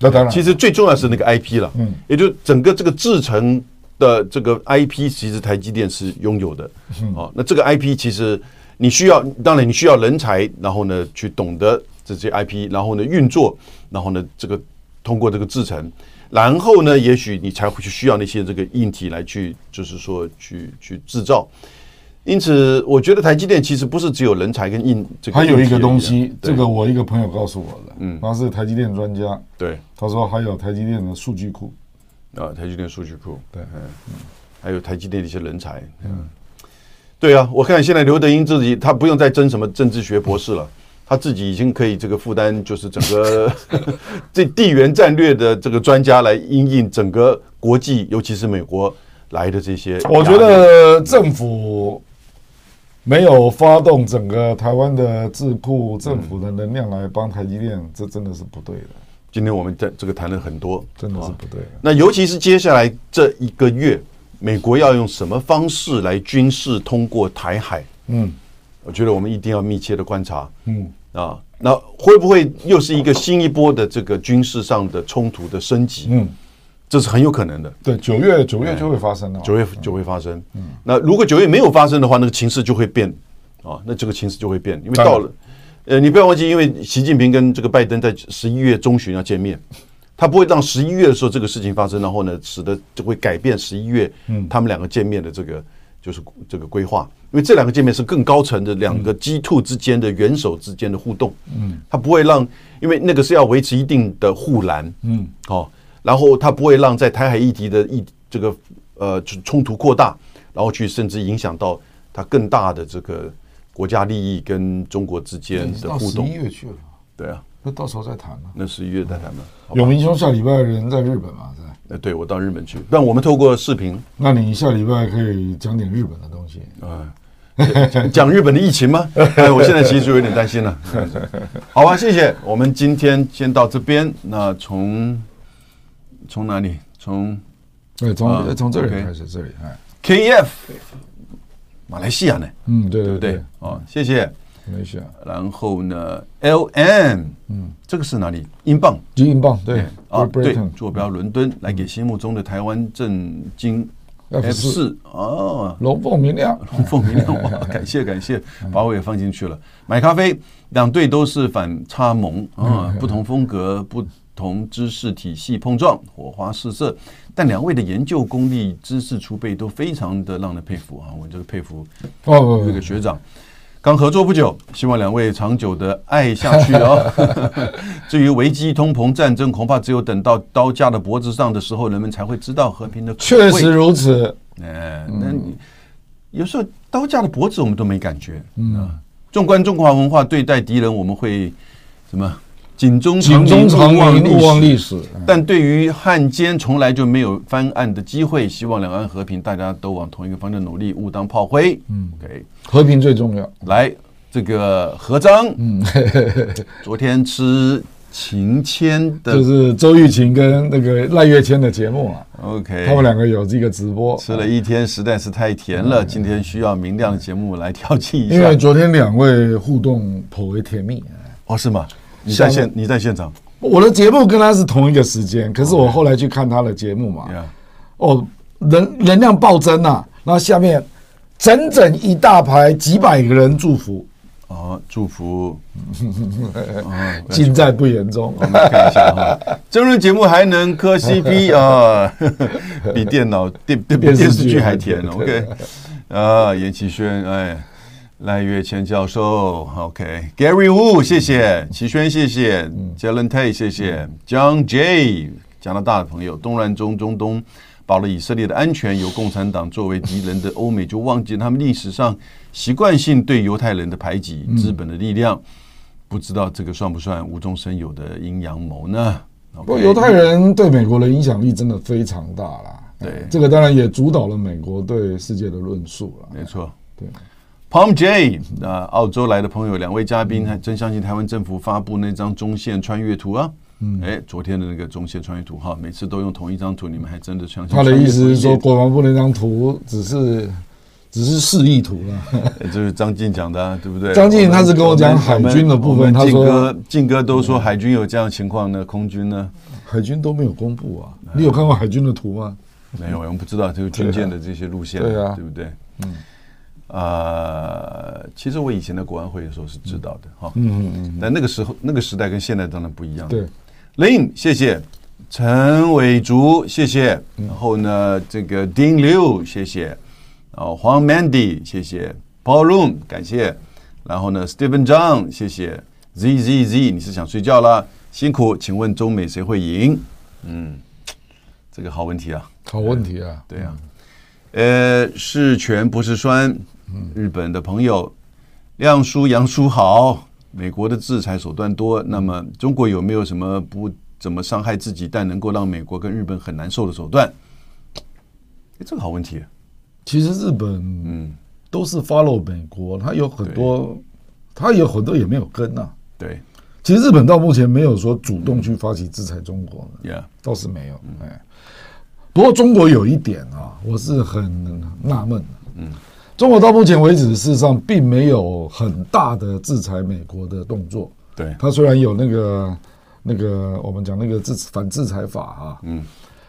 A: 那当然，
B: 其实最重要是那个 IP 了，嗯，也就整个这个制成的这个 IP，其实台积电是拥有的，
A: 嗯
B: 哦，那这个 IP 其实你需要，当然你需要人才，然后呢去懂得这些 IP，然后呢运作，然后呢这个通过这个制成，然后呢也许你才会去需要那些这个硬体来去，就是说去去制造。因此，我觉得台积电其实不是只有人才跟硬，这个
A: 还有一
B: 硬体
A: 个
B: 而已
A: 东
B: 啊
A: 西，
B: 对
A: 这个我一个朋友告诉我的，嗯，他是台积电专家，
B: 对。
A: 他说还有台积电的数据库，
B: 啊，台积电数据库，
A: 对
B: 嗯，还有台积电的一些人才，嗯，对啊，我看现在刘德英自己他不用再争什么政治学博士 了，他自己已经可以这个负担，就是整个 这地缘战略的这个专家来应应整个国际，尤其是美国来的这些压力，
A: 我觉得政府没有发动整个台湾的智库政府的能量来帮台积电，这真的是不对的，
B: 今天我们在这个谈了很多，
A: 真的是
B: 啊
A: 不对的。
B: 那尤其是接下来这一个月，美国要用什么方式来军事通过台海？
A: 嗯
B: 我觉得我们一定要密切的观察。
A: 嗯，
B: 啊，那会不会又是一个新一波的这个军事上的冲突的升级？
A: 嗯，
B: 这是很有可能的，
A: 对，九月九月就会发生了嘛，
B: 九月就会发生。嗯，那如果九月没有发生的话，那个情势就会变啊，那这个情势就会变，因为
A: 当然
B: 到了，呃，你不要忘记，因为习近平跟这个拜登在十一月中旬要见面。他不会让十一月的时候这个事情发生，然后呢，使得就会改变十一月他们两个见面的这个就是这个规划，因为这两个见面是更高层的两个机兔之间的元首之间的互动，嗯，他不会让，因为那个是要维持一定的护栏，嗯，哦，然后他不会让在台海议题的议这个呃冲冲突扩大，然后去甚至影响到他更大的这个国家利益跟中国之间
A: 嗯
B: 的
A: 到
B: 互
A: 十一
B: 动，
A: 月去了，
B: 对啊，
A: 那到时候再谈了。
B: 那十一月再谈吧。好吧
A: 永明兄下礼拜人在日本嘛，在，
B: 呃，对我到日本去，但我们透过视 频，
A: 那你下礼拜可以讲点日本的东西。
B: 啊讲日本的疫 情吗？哎，我现在其实就有点担心了。好吧，谢谢。我们今天先到这边。那从从哪里？从
A: 对，
B: 啊
A: 从从这里
B: OK
A: 开始，这里，哎，
B: KF 马来西亚呢？
A: 嗯，对对
B: 对
A: 对，，
B: 哦，谢谢。
A: 没事啊，
B: 然后呢，LM，嗯，这个是哪里？英镑
A: 就英镑，对，
B: 啊，
A: Great
B: 对
A: Britain，，
B: 坐标伦敦，来给心目中的台湾政经 F
A: F
B: 四
A: 四
B: 哦，
A: 龙凤明亮，
B: 凤鸣亮哇，感谢感谢，把我也放进去了。买咖啡，两队都是反差萌啊，不同风格、不同知识体系碰撞，火花四射。但两位的研究功力、知识储备都非常的让人佩服啊！我就是佩服
A: 哦不不
B: 这
A: 不
B: 个，学长。刚合作不久，希望两位长久的爱下去啊、 至于危机、通膨、战争，恐怕只有等到刀架的脖子上的时候，人们才会知道和平的可
A: 确
B: 贵
A: 实如此，
B: 哎，那你有时候刀架的脖子我们都没感觉。嗯，纵观中华文化对待敌人，我们会什么？警钟
A: 警钟长鸣，
B: 勿
A: 勿忘
B: 忘
A: 历
B: 历史。
A: 史。
B: 但对于汉奸，从来就没有翻案的机会。希望两岸和平，大家都往同一个方向努力，勿当炮灰。嗯，OK，
A: 和平最重要。
B: 来这个何章，嗯， 昨天吃秦谦
A: 就
B: 的
A: 是周玉琴跟那个赖月谦的节目啊，
B: ，OK，
A: 他们两个有这个直播，
B: 吃了一天，实在是太甜了。今天需要明亮的节目来调剂一
A: 嗯
B: 下。
A: 因为昨天两位互动颇为甜蜜。哎
B: 哦，是吗？你在
A: 像
B: 现你在现场
A: 我的节目跟他是同一个时间，可是我后来去看他的节目嘛，
B: 呀？
A: 哦，能能量暴增啊！然后下面整整一大排几百个人祝福，
B: 哦，祝福。哦，
A: 尽在不言中。
B: 我们看一下哈，真人节目还能磕 CP 啊，比电脑电电
A: 电视剧
B: 电视剧还甜
A: 还甜
B: OK，啊，严启轩，哎。赖月谦教授，OK，Gary、Wu，谢谢，齐轩，谢谢，Jalen Tay，谢谢，John J，加拿大的朋友，东然中中东，保了以色列的安全，由共产党作为敌人的欧美就忘记了他们历史上习惯性对犹太人的排挤，资本的力量。不知道这个算不算无中生有的阴阳谋呢？不
A: 不过犹太人对美国的影响力真的非常大啦。
B: 对
A: 哎这个当然也主导了美国对世界的论述了。
B: 没错，
A: 对。
B: Palm J，呃，澳洲来的朋友，两位嘉宾还真相信台湾政府发布那张中线穿越图啊。嗯，哎，昨天的那个中线穿越图哈，每次都用同一张图，你们还真的相信？
A: 他的意思是说，，国防部那张图只是只是示意图了。
B: 呃这是张晋讲的、啊，对不对？
A: 张晋
B: 我们
A: 他是跟我讲
B: 们
A: 海军的部分
B: 我们
A: 他
B: 晋
A: 说
B: 哥，晋哥都说海军有这样的情况呢，空军呢？
A: 海军都没有公布啊，你有看过海军的图吗？
B: 没有，我们不知道这个军舰的这些路线，
A: 对啊
B: 对不对？嗯，呃，其实我以前的国安会的时候是知道的哈，嗯嗯嗯，但那个时候那个时代跟现在当然不一样，
A: 对，
B: 林，谢谢。陈伟竹，谢谢。然后呢，这个丁六，谢谢。哦，黄 Mandy，谢谢。Paul Room，感谢。然后呢，Stephen Zhang，谢谢。Z Z Z，你是想睡觉啦？辛苦，请问中美谁会赢？嗯，这个好问题啊。
A: 好问题啊。
B: 对啊，呃，是权不是酸，日本的朋友，亮叔、杨叔好，美国的制裁手段多，那么中国有没有什么不怎么伤害自己，但能够让美国跟日本很难受的手段？哎，这个好问题，
A: 其实日本嗯都是 follow 美国，他有很多，他有很多也没有跟呐、
B: 对
A: 其实日本到目前没有说主动去发起制裁中国的，
B: ，Yeah，
A: 倒是没有。哎，不过中国有一点啊，我是很纳闷嗯，中国到目前为止，事实上并没有很大的制裁美国的动作。
B: 对，
A: 它虽然有那个那个我们讲那个制反制裁法啊，嗯，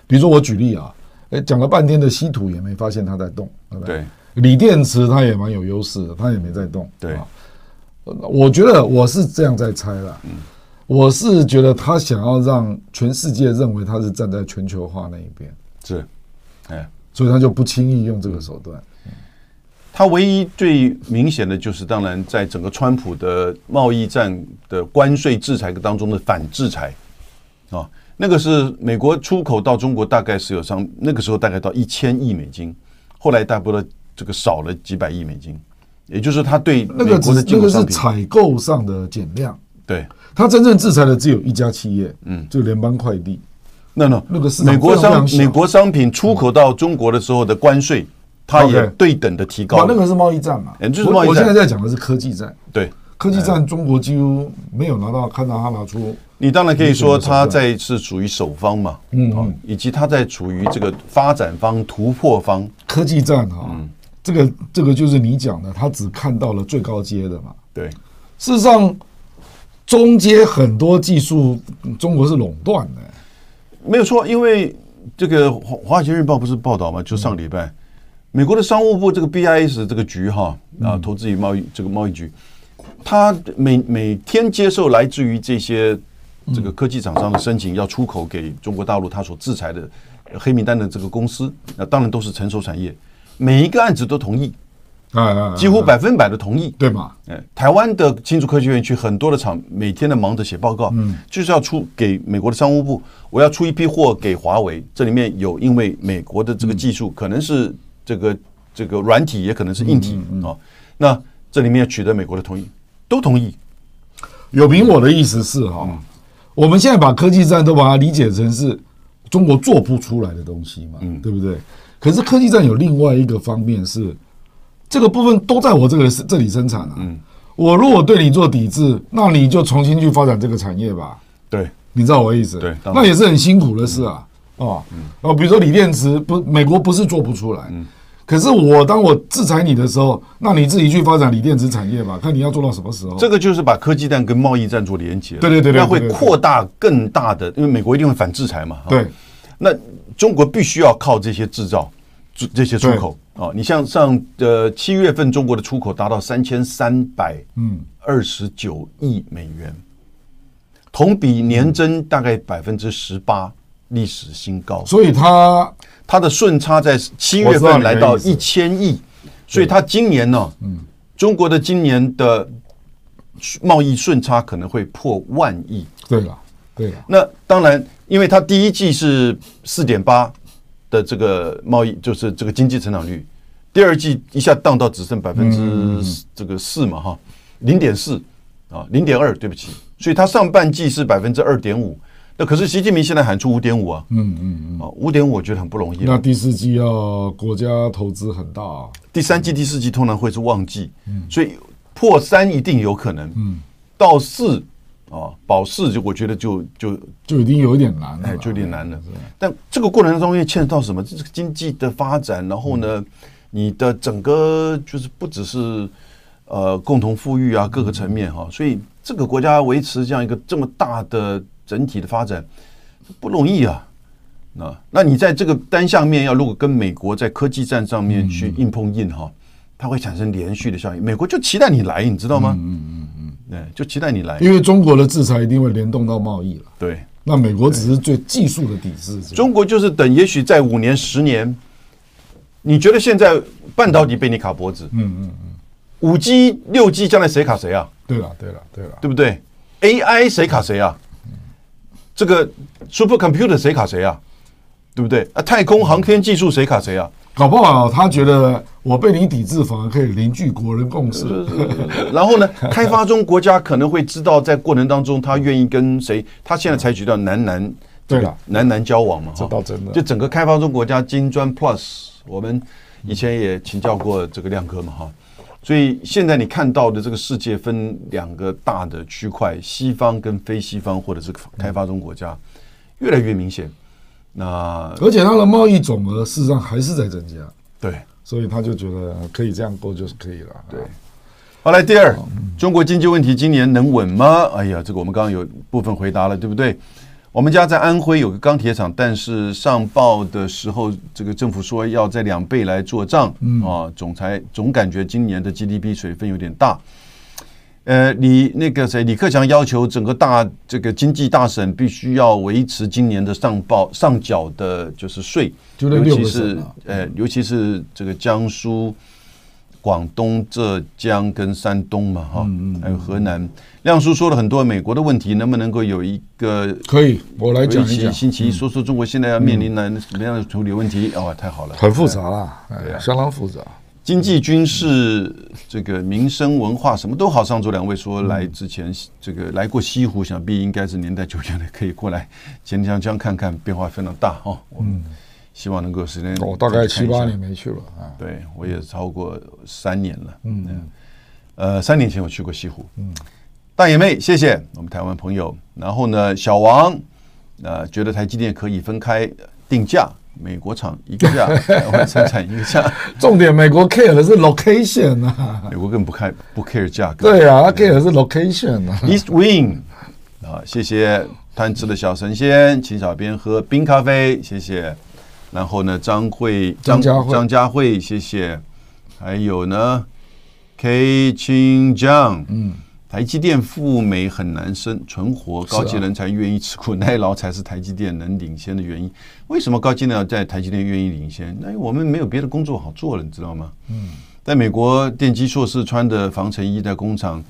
A: 比如说我举例啊，哎，讲了半天的稀土也没发现它在动，对不对？锂电池它也蛮有优势的，它也没在动。
B: 对
A: 啊呃我觉得我是这样在猜啦，
B: 嗯
A: 我是觉得他想要让全世界认为他是站在全球化那一边，
B: 是，哎，
A: 所以他就不轻易用这个手段。
B: 嗯它唯一最明显的就是，当然在整个川普的贸易战的关税制裁当中的反制裁啊，那个是美国出口到中国大概是有上那个时候大概到一千亿美金，后来大不了这个少了几百亿美金，也就是他对
A: 那
B: 美
A: 个只
B: 国的进
A: 那
B: 口
A: 个
B: 商
A: 是
B: 品
A: 采购上的减量，
B: 对。
A: 他真正制裁的只有一家企业，嗯，就联邦快递。
B: 那呢，
A: 那个市场
B: 美国
A: 非常非
B: 商
A: 常小
B: 美国商品出口到中国的时候的关税，它也
A: OK
B: 对等的提
A: 哦
B: 高，了。
A: 那个是贸易战嘛，
B: 哎就是
A: 我
B: 贸易
A: 我
B: 战
A: 现在在讲的是科技战，
B: 对，
A: 科技战中国几乎没有拿到，看到他拿出
B: 你当然可以说他在是属于守方嘛，嗯，以及他在处于这个发展方、突破方，
A: 科技战哈、
B: 嗯
A: 这个这个就是你讲的，他只看到了最高阶的嘛。
B: 对，
A: 事实上，中阶很多技术嗯中国是垄断的，
B: 没有错，因为这个《华华尔街日报》不是报道嘛，就上礼拜，美国的商务部这个 BIS 这个局哈啊，投资与贸易这个贸易局，他每每天接受来自于这些这个科技厂商的申请，要出口给中国大陆他所制裁的呃黑名单的这个公司，那当然都是成熟产业，每一个案子都同意，
A: 哎哎，哎
B: 几乎百分百的同意。
A: 对嘛？
B: 哎，台湾的新竹科技园区很多的厂每天的忙着写报告，
A: 嗯
B: 就是要出给美国的商务部，我要出一批货给华为，这里面有因为美国的这个技术可能是这个这个软体，也可能是硬
A: 嗯
B: 体哦，那这里面要取得美国的同意，都同意，
A: 有明我的意思是哈、
B: 嗯
A: 我们现在把科技战都把它理解成是中国做不出来的东西嘛，
B: 嗯
A: 对不对？可是科技战有另外一个方面是，这个部分都在我这个这里生产啊。
B: 嗯
A: 我如果对你做抵制，那你就重新去发展这个产业吧。
B: 对
A: 你知道我的意思？
B: 对当然嗯
A: 那也是很辛苦的事啊。哦，哦，比如说锂电池，不，美国不是做不出来。
B: 嗯
A: 可是我当我制裁你的时候，那你自己去发展锂电池产业吧，看你要做到什么时候。
B: 这个就是把科技战跟贸易战做连接了，
A: 对对对对
B: 那会
A: 对对对
B: 扩大更大的，因为美国一定会反制裁嘛，啊
A: 对，
B: 那中国必须要靠这些制造、这这些出口啊、你像上呃七月份，中国的出口达到三千三百二十九亿美元，同比年增大概百分之十八，历史新高。
A: 所以它
B: 它的顺差在七月
A: 我知道
B: 份
A: 你的
B: 来到
A: 意思嗯
B: 一千亿，所以它今年呢、中国的今年的贸易顺差可能会破万亿。
A: 对了，对了，
B: 那当然，因为它第一季是四点八的这个贸易，就是这个经济成长率，嗯第二季一下荡到只剩百分之这个四嘛哈，零点四啊，零点二，对不起，所以它上半季是百分之二点五。那可是习近平现在喊出五点五啊，嗯嗯嗯，啊，五点五我觉得很不容易啊。
A: 那第四季要国家投资很大、啊，
B: 第三季、第四季通常会是旺季，所以破三一定有可能。嗯，到四啊，保四就我觉得就就
A: 就已经有一点难了啦。
B: 哎就有点难了。但这个过程中因为牵扯到什么，这个经济的发展，然后呢，你的整个就是不只是呃共同富裕啊各个层面哈、所以这个国家维持这样一个这么大的整体的发展不容易啊。那那你在这个单项面要如果跟美国在科技战上面去硬碰硬哈、它会产生连续的效应。美国就期待你来，你知道吗？嗯嗯嗯，对，就期待你来。
A: 因为中国的制裁一定会联动到贸易了。
B: 对，
A: 那美国只是最技术的抵制，
B: 中国就是等，也许在五年、十年，你觉得现在半导体被你卡脖子，嗯嗯嗯，五 G、六 G 将来谁卡谁啊？
A: 对了，对了，对了，
B: 对不对？AI 谁卡谁啊？这个 super computer 谁卡谁啊？对不对？啊，太空航天技术谁卡谁啊？
A: 搞不好他觉得我被你抵制，反而可以凝聚国人共识。
B: 然后呢，开发中国家可能会知道，在过程当中，他愿意跟谁，他现在采取到男男
A: 对了，
B: 男男交往嘛，
A: 这
B: 哈
A: 倒真的
B: 就整个开发中国家金砖 Plus，我们以前也请教过这个亮哥嘛，哈。所以现在你看到的这个世界分两个大的区块，西方跟非西方，或者是开发中国家，越来越明显。那
A: 而且它的贸易总额事实上还是在增加，
B: 对，
A: 所以他就觉得可以这样过就是可以了。对，
B: 好，来第二，中国经济问题今年能稳吗？哎呀，这个我们刚刚有部分回答了，对不对？我们家在安徽有个钢铁厂，但是上报的时候，这个政府说要在两倍来做账、
A: 嗯
B: 啊。总裁总感觉今年的 GDP 水分有点大。呃，李那个谁，李克强要求整个大这个经济大省必须要维持今年的上报上缴的，就是税，
A: 就那
B: 尤
A: 六
B: 其
A: 个
B: 是
A: 省啊
B: 呃，尤其是这个江苏、广东、浙江跟山东嘛，哈，
A: 嗯
B: 还有河南。亮叔说了很多美国的问题，能不能够有一个
A: 可以，我来
B: 有
A: 讲
B: 一
A: 一
B: 期
A: 讲，
B: 星期一说说中国现在要面临的什么样的处理问题？
A: 嗯
B: 哦，太好了，
A: 很复杂啦，哎
B: 啊
A: 相当复杂。
B: 经济、军事、这个民生、文化，什么都好。上周两位说来之前，这个来过西湖，想必应该是年代久远的，可以过来钱江江看看，变化非常大哦。我们希望能够有时间，
A: 嗯哦我大概七八年，没去了啊，
B: 对我也超过三年了。嗯，呃，三年前我去过西湖。嗯，大眼妹，谢谢我们台湾朋友。然后呢，小王，呃，觉得台积电可以分开定价，美国厂一个价，台湾生产一个价。
A: 重点美国 care 的是 location 啊，
B: 美国根本不看不 care 价格。
A: 对啊，他 care 的是 location 啊。
B: East Wing 啊，谢谢贪吃的小神仙，请小编喝冰咖啡，谢谢。然后呢，张慧
A: 张家慧
B: 张家慧，谢谢。还有呢，K 清江，嗯，台积电赴美很难生存活，高级人才愿意吃苦耐劳才是台积电能领先的原因。为什么高级呢在台积电愿意领先？那因为我们没有别的工作好做了，你知道吗？在美国，电机硕士穿的防尘衣在工厂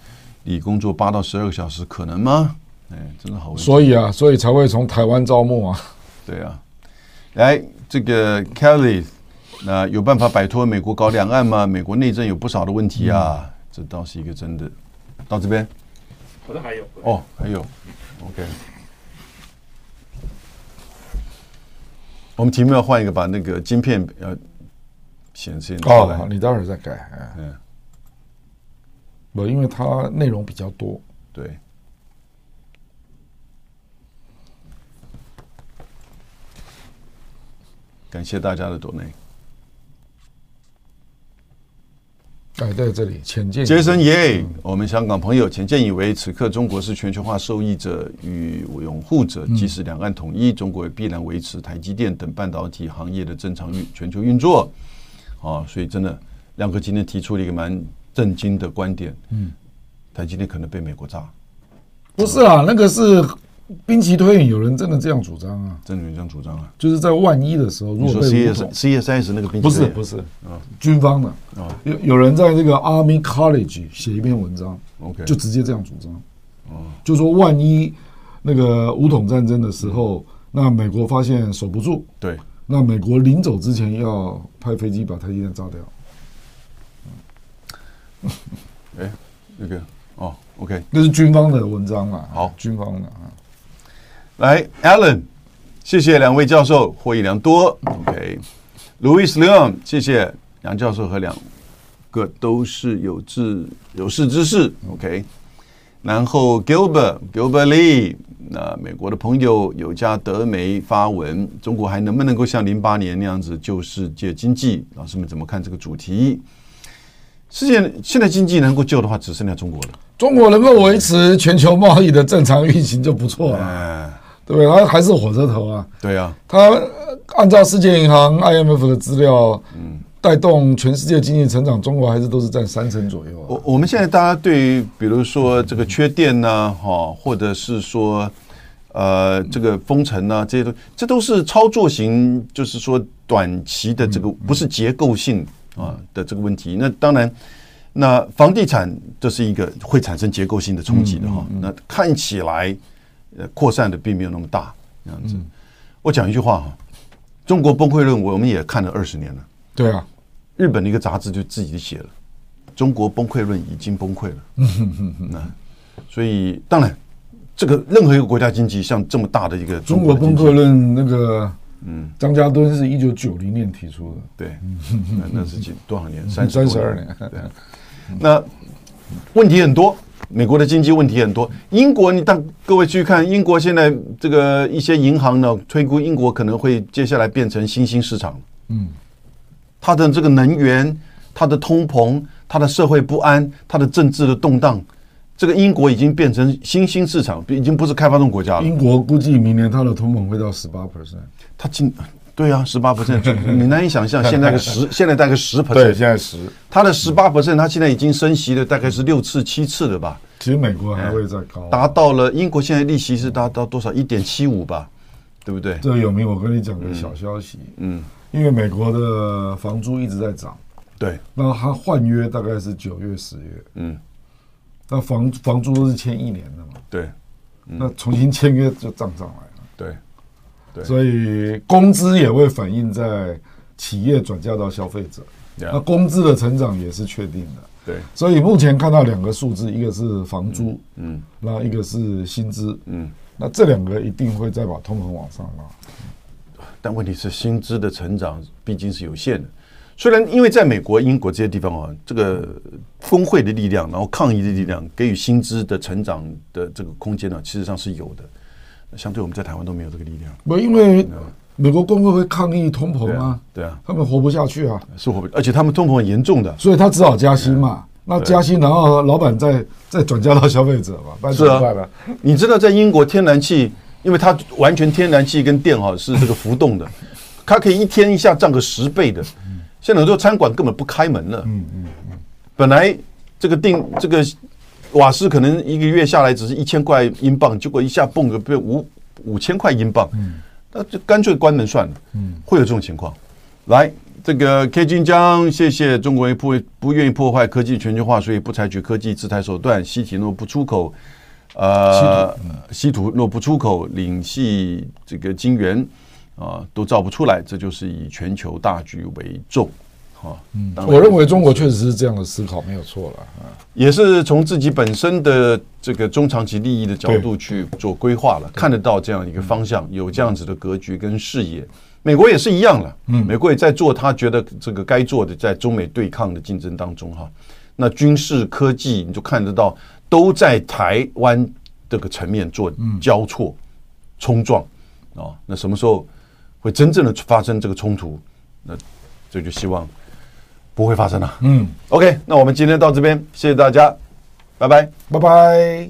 B: 里工作八到十二个小时，可能吗？哎，真的好危险。
A: 所以啊，所以才会从台湾招募啊。
B: 对啊，来这个 Kelly，那、有办法摆脱美国搞两岸吗？美国内政有不少的问题
A: 嗯
B: 啊，这倒是一个真的。到这边
C: 好像还有。
B: 哦，还有 OK，我们题目要换一个，把那个晶片呃显示出来。
A: 哦，你待会儿再改。哎
B: 嗯，
A: 不，因为它内容比较多。
B: 对。感谢大家的抖内。
A: 哎，在这里，浅见。
B: 杰森耶，我们香港朋友浅见以为，此刻中国是全球化受益者与拥护者，
A: 嗯
B: 即使两岸统一，中国也必然维持台积电等半导体行业的正常运全球运作。啊，所以真的，亮哥今天提出了一个蛮震惊的观点，嗯，台积电可能被美国炸，
A: 不是啊，那个是兵棋推演，有人真的这样主张啊，
B: 真的有这样主张啊？
A: 就是在万一的时候，如
B: 你
A: 果
B: 说
A: 被武
B: CES
A: 统，
B: CES 那个冰淇
A: 不
B: 淋
A: 是不是，
B: 嗯
A: 军方的，
B: 哦
A: 有有人在这个 Army College 写一篇文章，
B: OK
A: 就直接这样主张，就说万一那个武统战争的时候，那美国发现守不住，
B: 对。
A: 那美国临走之前要派飞机把台积电炸掉。
B: 哎，那个哦，OK，
A: 那是军方的文章嘛，
B: 好
A: 军方的啊，
B: 来 a l a n 谢谢两位教授，获益良多。OK，Louis Leon，谢谢杨教授和两个都是有志有识之士。OK，然后 Gilbert Gilbert Lee，那美国的朋友有家德媒发文，中国还能不能够像零八年那样子救世界经济？老师们怎么看这个主题？世界现在经济能够救的话，只剩下中国了。
A: 中国能够维持全球贸易的正常运行就不错了，
B: 哎，
A: 对不对？它还是火车头啊，
B: 对啊，
A: 它呃按照世界银行 IMF 的资料，带动全世界经济成长，中国还是都是占三成左右啊。
B: 我我们现在大家对于比如说这个缺电呐、哈，或者是说呃这个封城呐、这些都这都是操作型，就是说短期的这个不是结构性啊的这个问题。那当然，那房地产这是一个会产生结构性的冲击的哈。那看起来呃扩散的并没有那么大，这样子。我讲一句话哈，中国崩溃论我们也看了二十年了。
A: 对啊，
B: 日本的一个杂志就自己写了，中国崩溃论已经崩溃了。那
A: 嗯
B: 所以当然，这个任何一个国家经济像这么大的一个
A: 中国
B: 的经
A: 崩
B: 济
A: 溃，论那个，嗯，张家敦是一九九零年提出的，
B: 对，那那是几多少年？三
A: 嗯三
B: 十
A: 十
B: 多
A: 二年。
B: 对，那问题很多。美国的经济问题很多，英国你当各位去看，英国现在这个一些银行呢，推估英国可能会接下来变成新兴市场。
A: 嗯，
B: 它的这个能源、它的通膨、它的社会不安、它的政治的动荡，这个英国已经变成新兴市场，已经不是开发中国家了。
A: 英国估计明年它的通膨会到十八 percent，
B: 它进对啊，十八 percent，你难以想象现在个十，现在大概十 percent，
A: 在十。
B: 它的十八 percent，它现在已经升息了大概是六次、七次了吧，
A: 其实美国还会再高。
B: 达到了英国现在利息是达到多少？一点七五吧，对不对？
A: 这个有名，我跟你讲个小消息，
B: 嗯，
A: 因为美国的房租一直在涨，
B: 对，
A: 那它换约大概是九月、十月，
B: 嗯，
A: 那房房租都是签一年的嘛，
B: 对，
A: 那重新签约就涨上来了，
B: 对，对
A: 所以工资也会反映在企业转嫁到消费者，
B: Yeah
A: 那工资的成长也是确定的。
B: 对，
A: 所以目前看到两个数字，一个是房租，
B: 嗯，
A: 那一个是薪资，
B: 嗯。
A: 那这两个一定会再把通膨往上拉。
B: 但问题是，薪资的成长毕竟是有限的。虽然因为在美国、英国这些地方啊，这个工会的力量，然后抗议的力量，给予薪资的成长的这个空间呢、啊其实上是有的。那相对我们在台湾都没有这个力量。
A: 不，因为美国工会会抗议通膨
B: 对
A: 啊
B: 啊，，对啊，
A: 他们活不下去啊，
B: 是我们，而且他们通膨很严重的。
A: 所以他只好加薪嘛。那加薪，然后老板再再转嫁到消费者嘛，不然
B: 是
A: 怎
B: 啊
A: 么办呢？
B: 你知道，在英国天然气，因为它完全天然气跟电哈是这个浮动的，它可以一天一下涨个十倍的。现在很多餐馆根本不开门了。嗯嗯本来这个定这个瓦斯可能一个月下来只是一千块英镑，结果一下蹦个变五五千块英镑。那就干脆关门算了。嗯，会有这种情况。来，这个 K 金江，谢谢中国不不愿意破坏科技全球化，所以不采取科技制裁手段。西提诺不出口，呃，稀土若不出口，领系这个金元啊都造不出来，这就是以全球大局为重。啊，当然
A: 我认为中国确实是这样的思考没有错了。啊
B: 也是从自己本身的这个中长期利益的角度去做规划了，看得到这样一个方向，有这样子的格局跟视野。美国也是一样了，美国也在做他觉得这个该做的，在中美对抗的竞争当中哈，那军事科技你就看得到都在台湾这个层面做交错冲撞啊，那什么时候会真正的发生这个冲突？那这就希望不会发生了。
A: 嗯，
B: OK，那我们今天到这边，谢谢大家，拜拜。
A: 拜拜。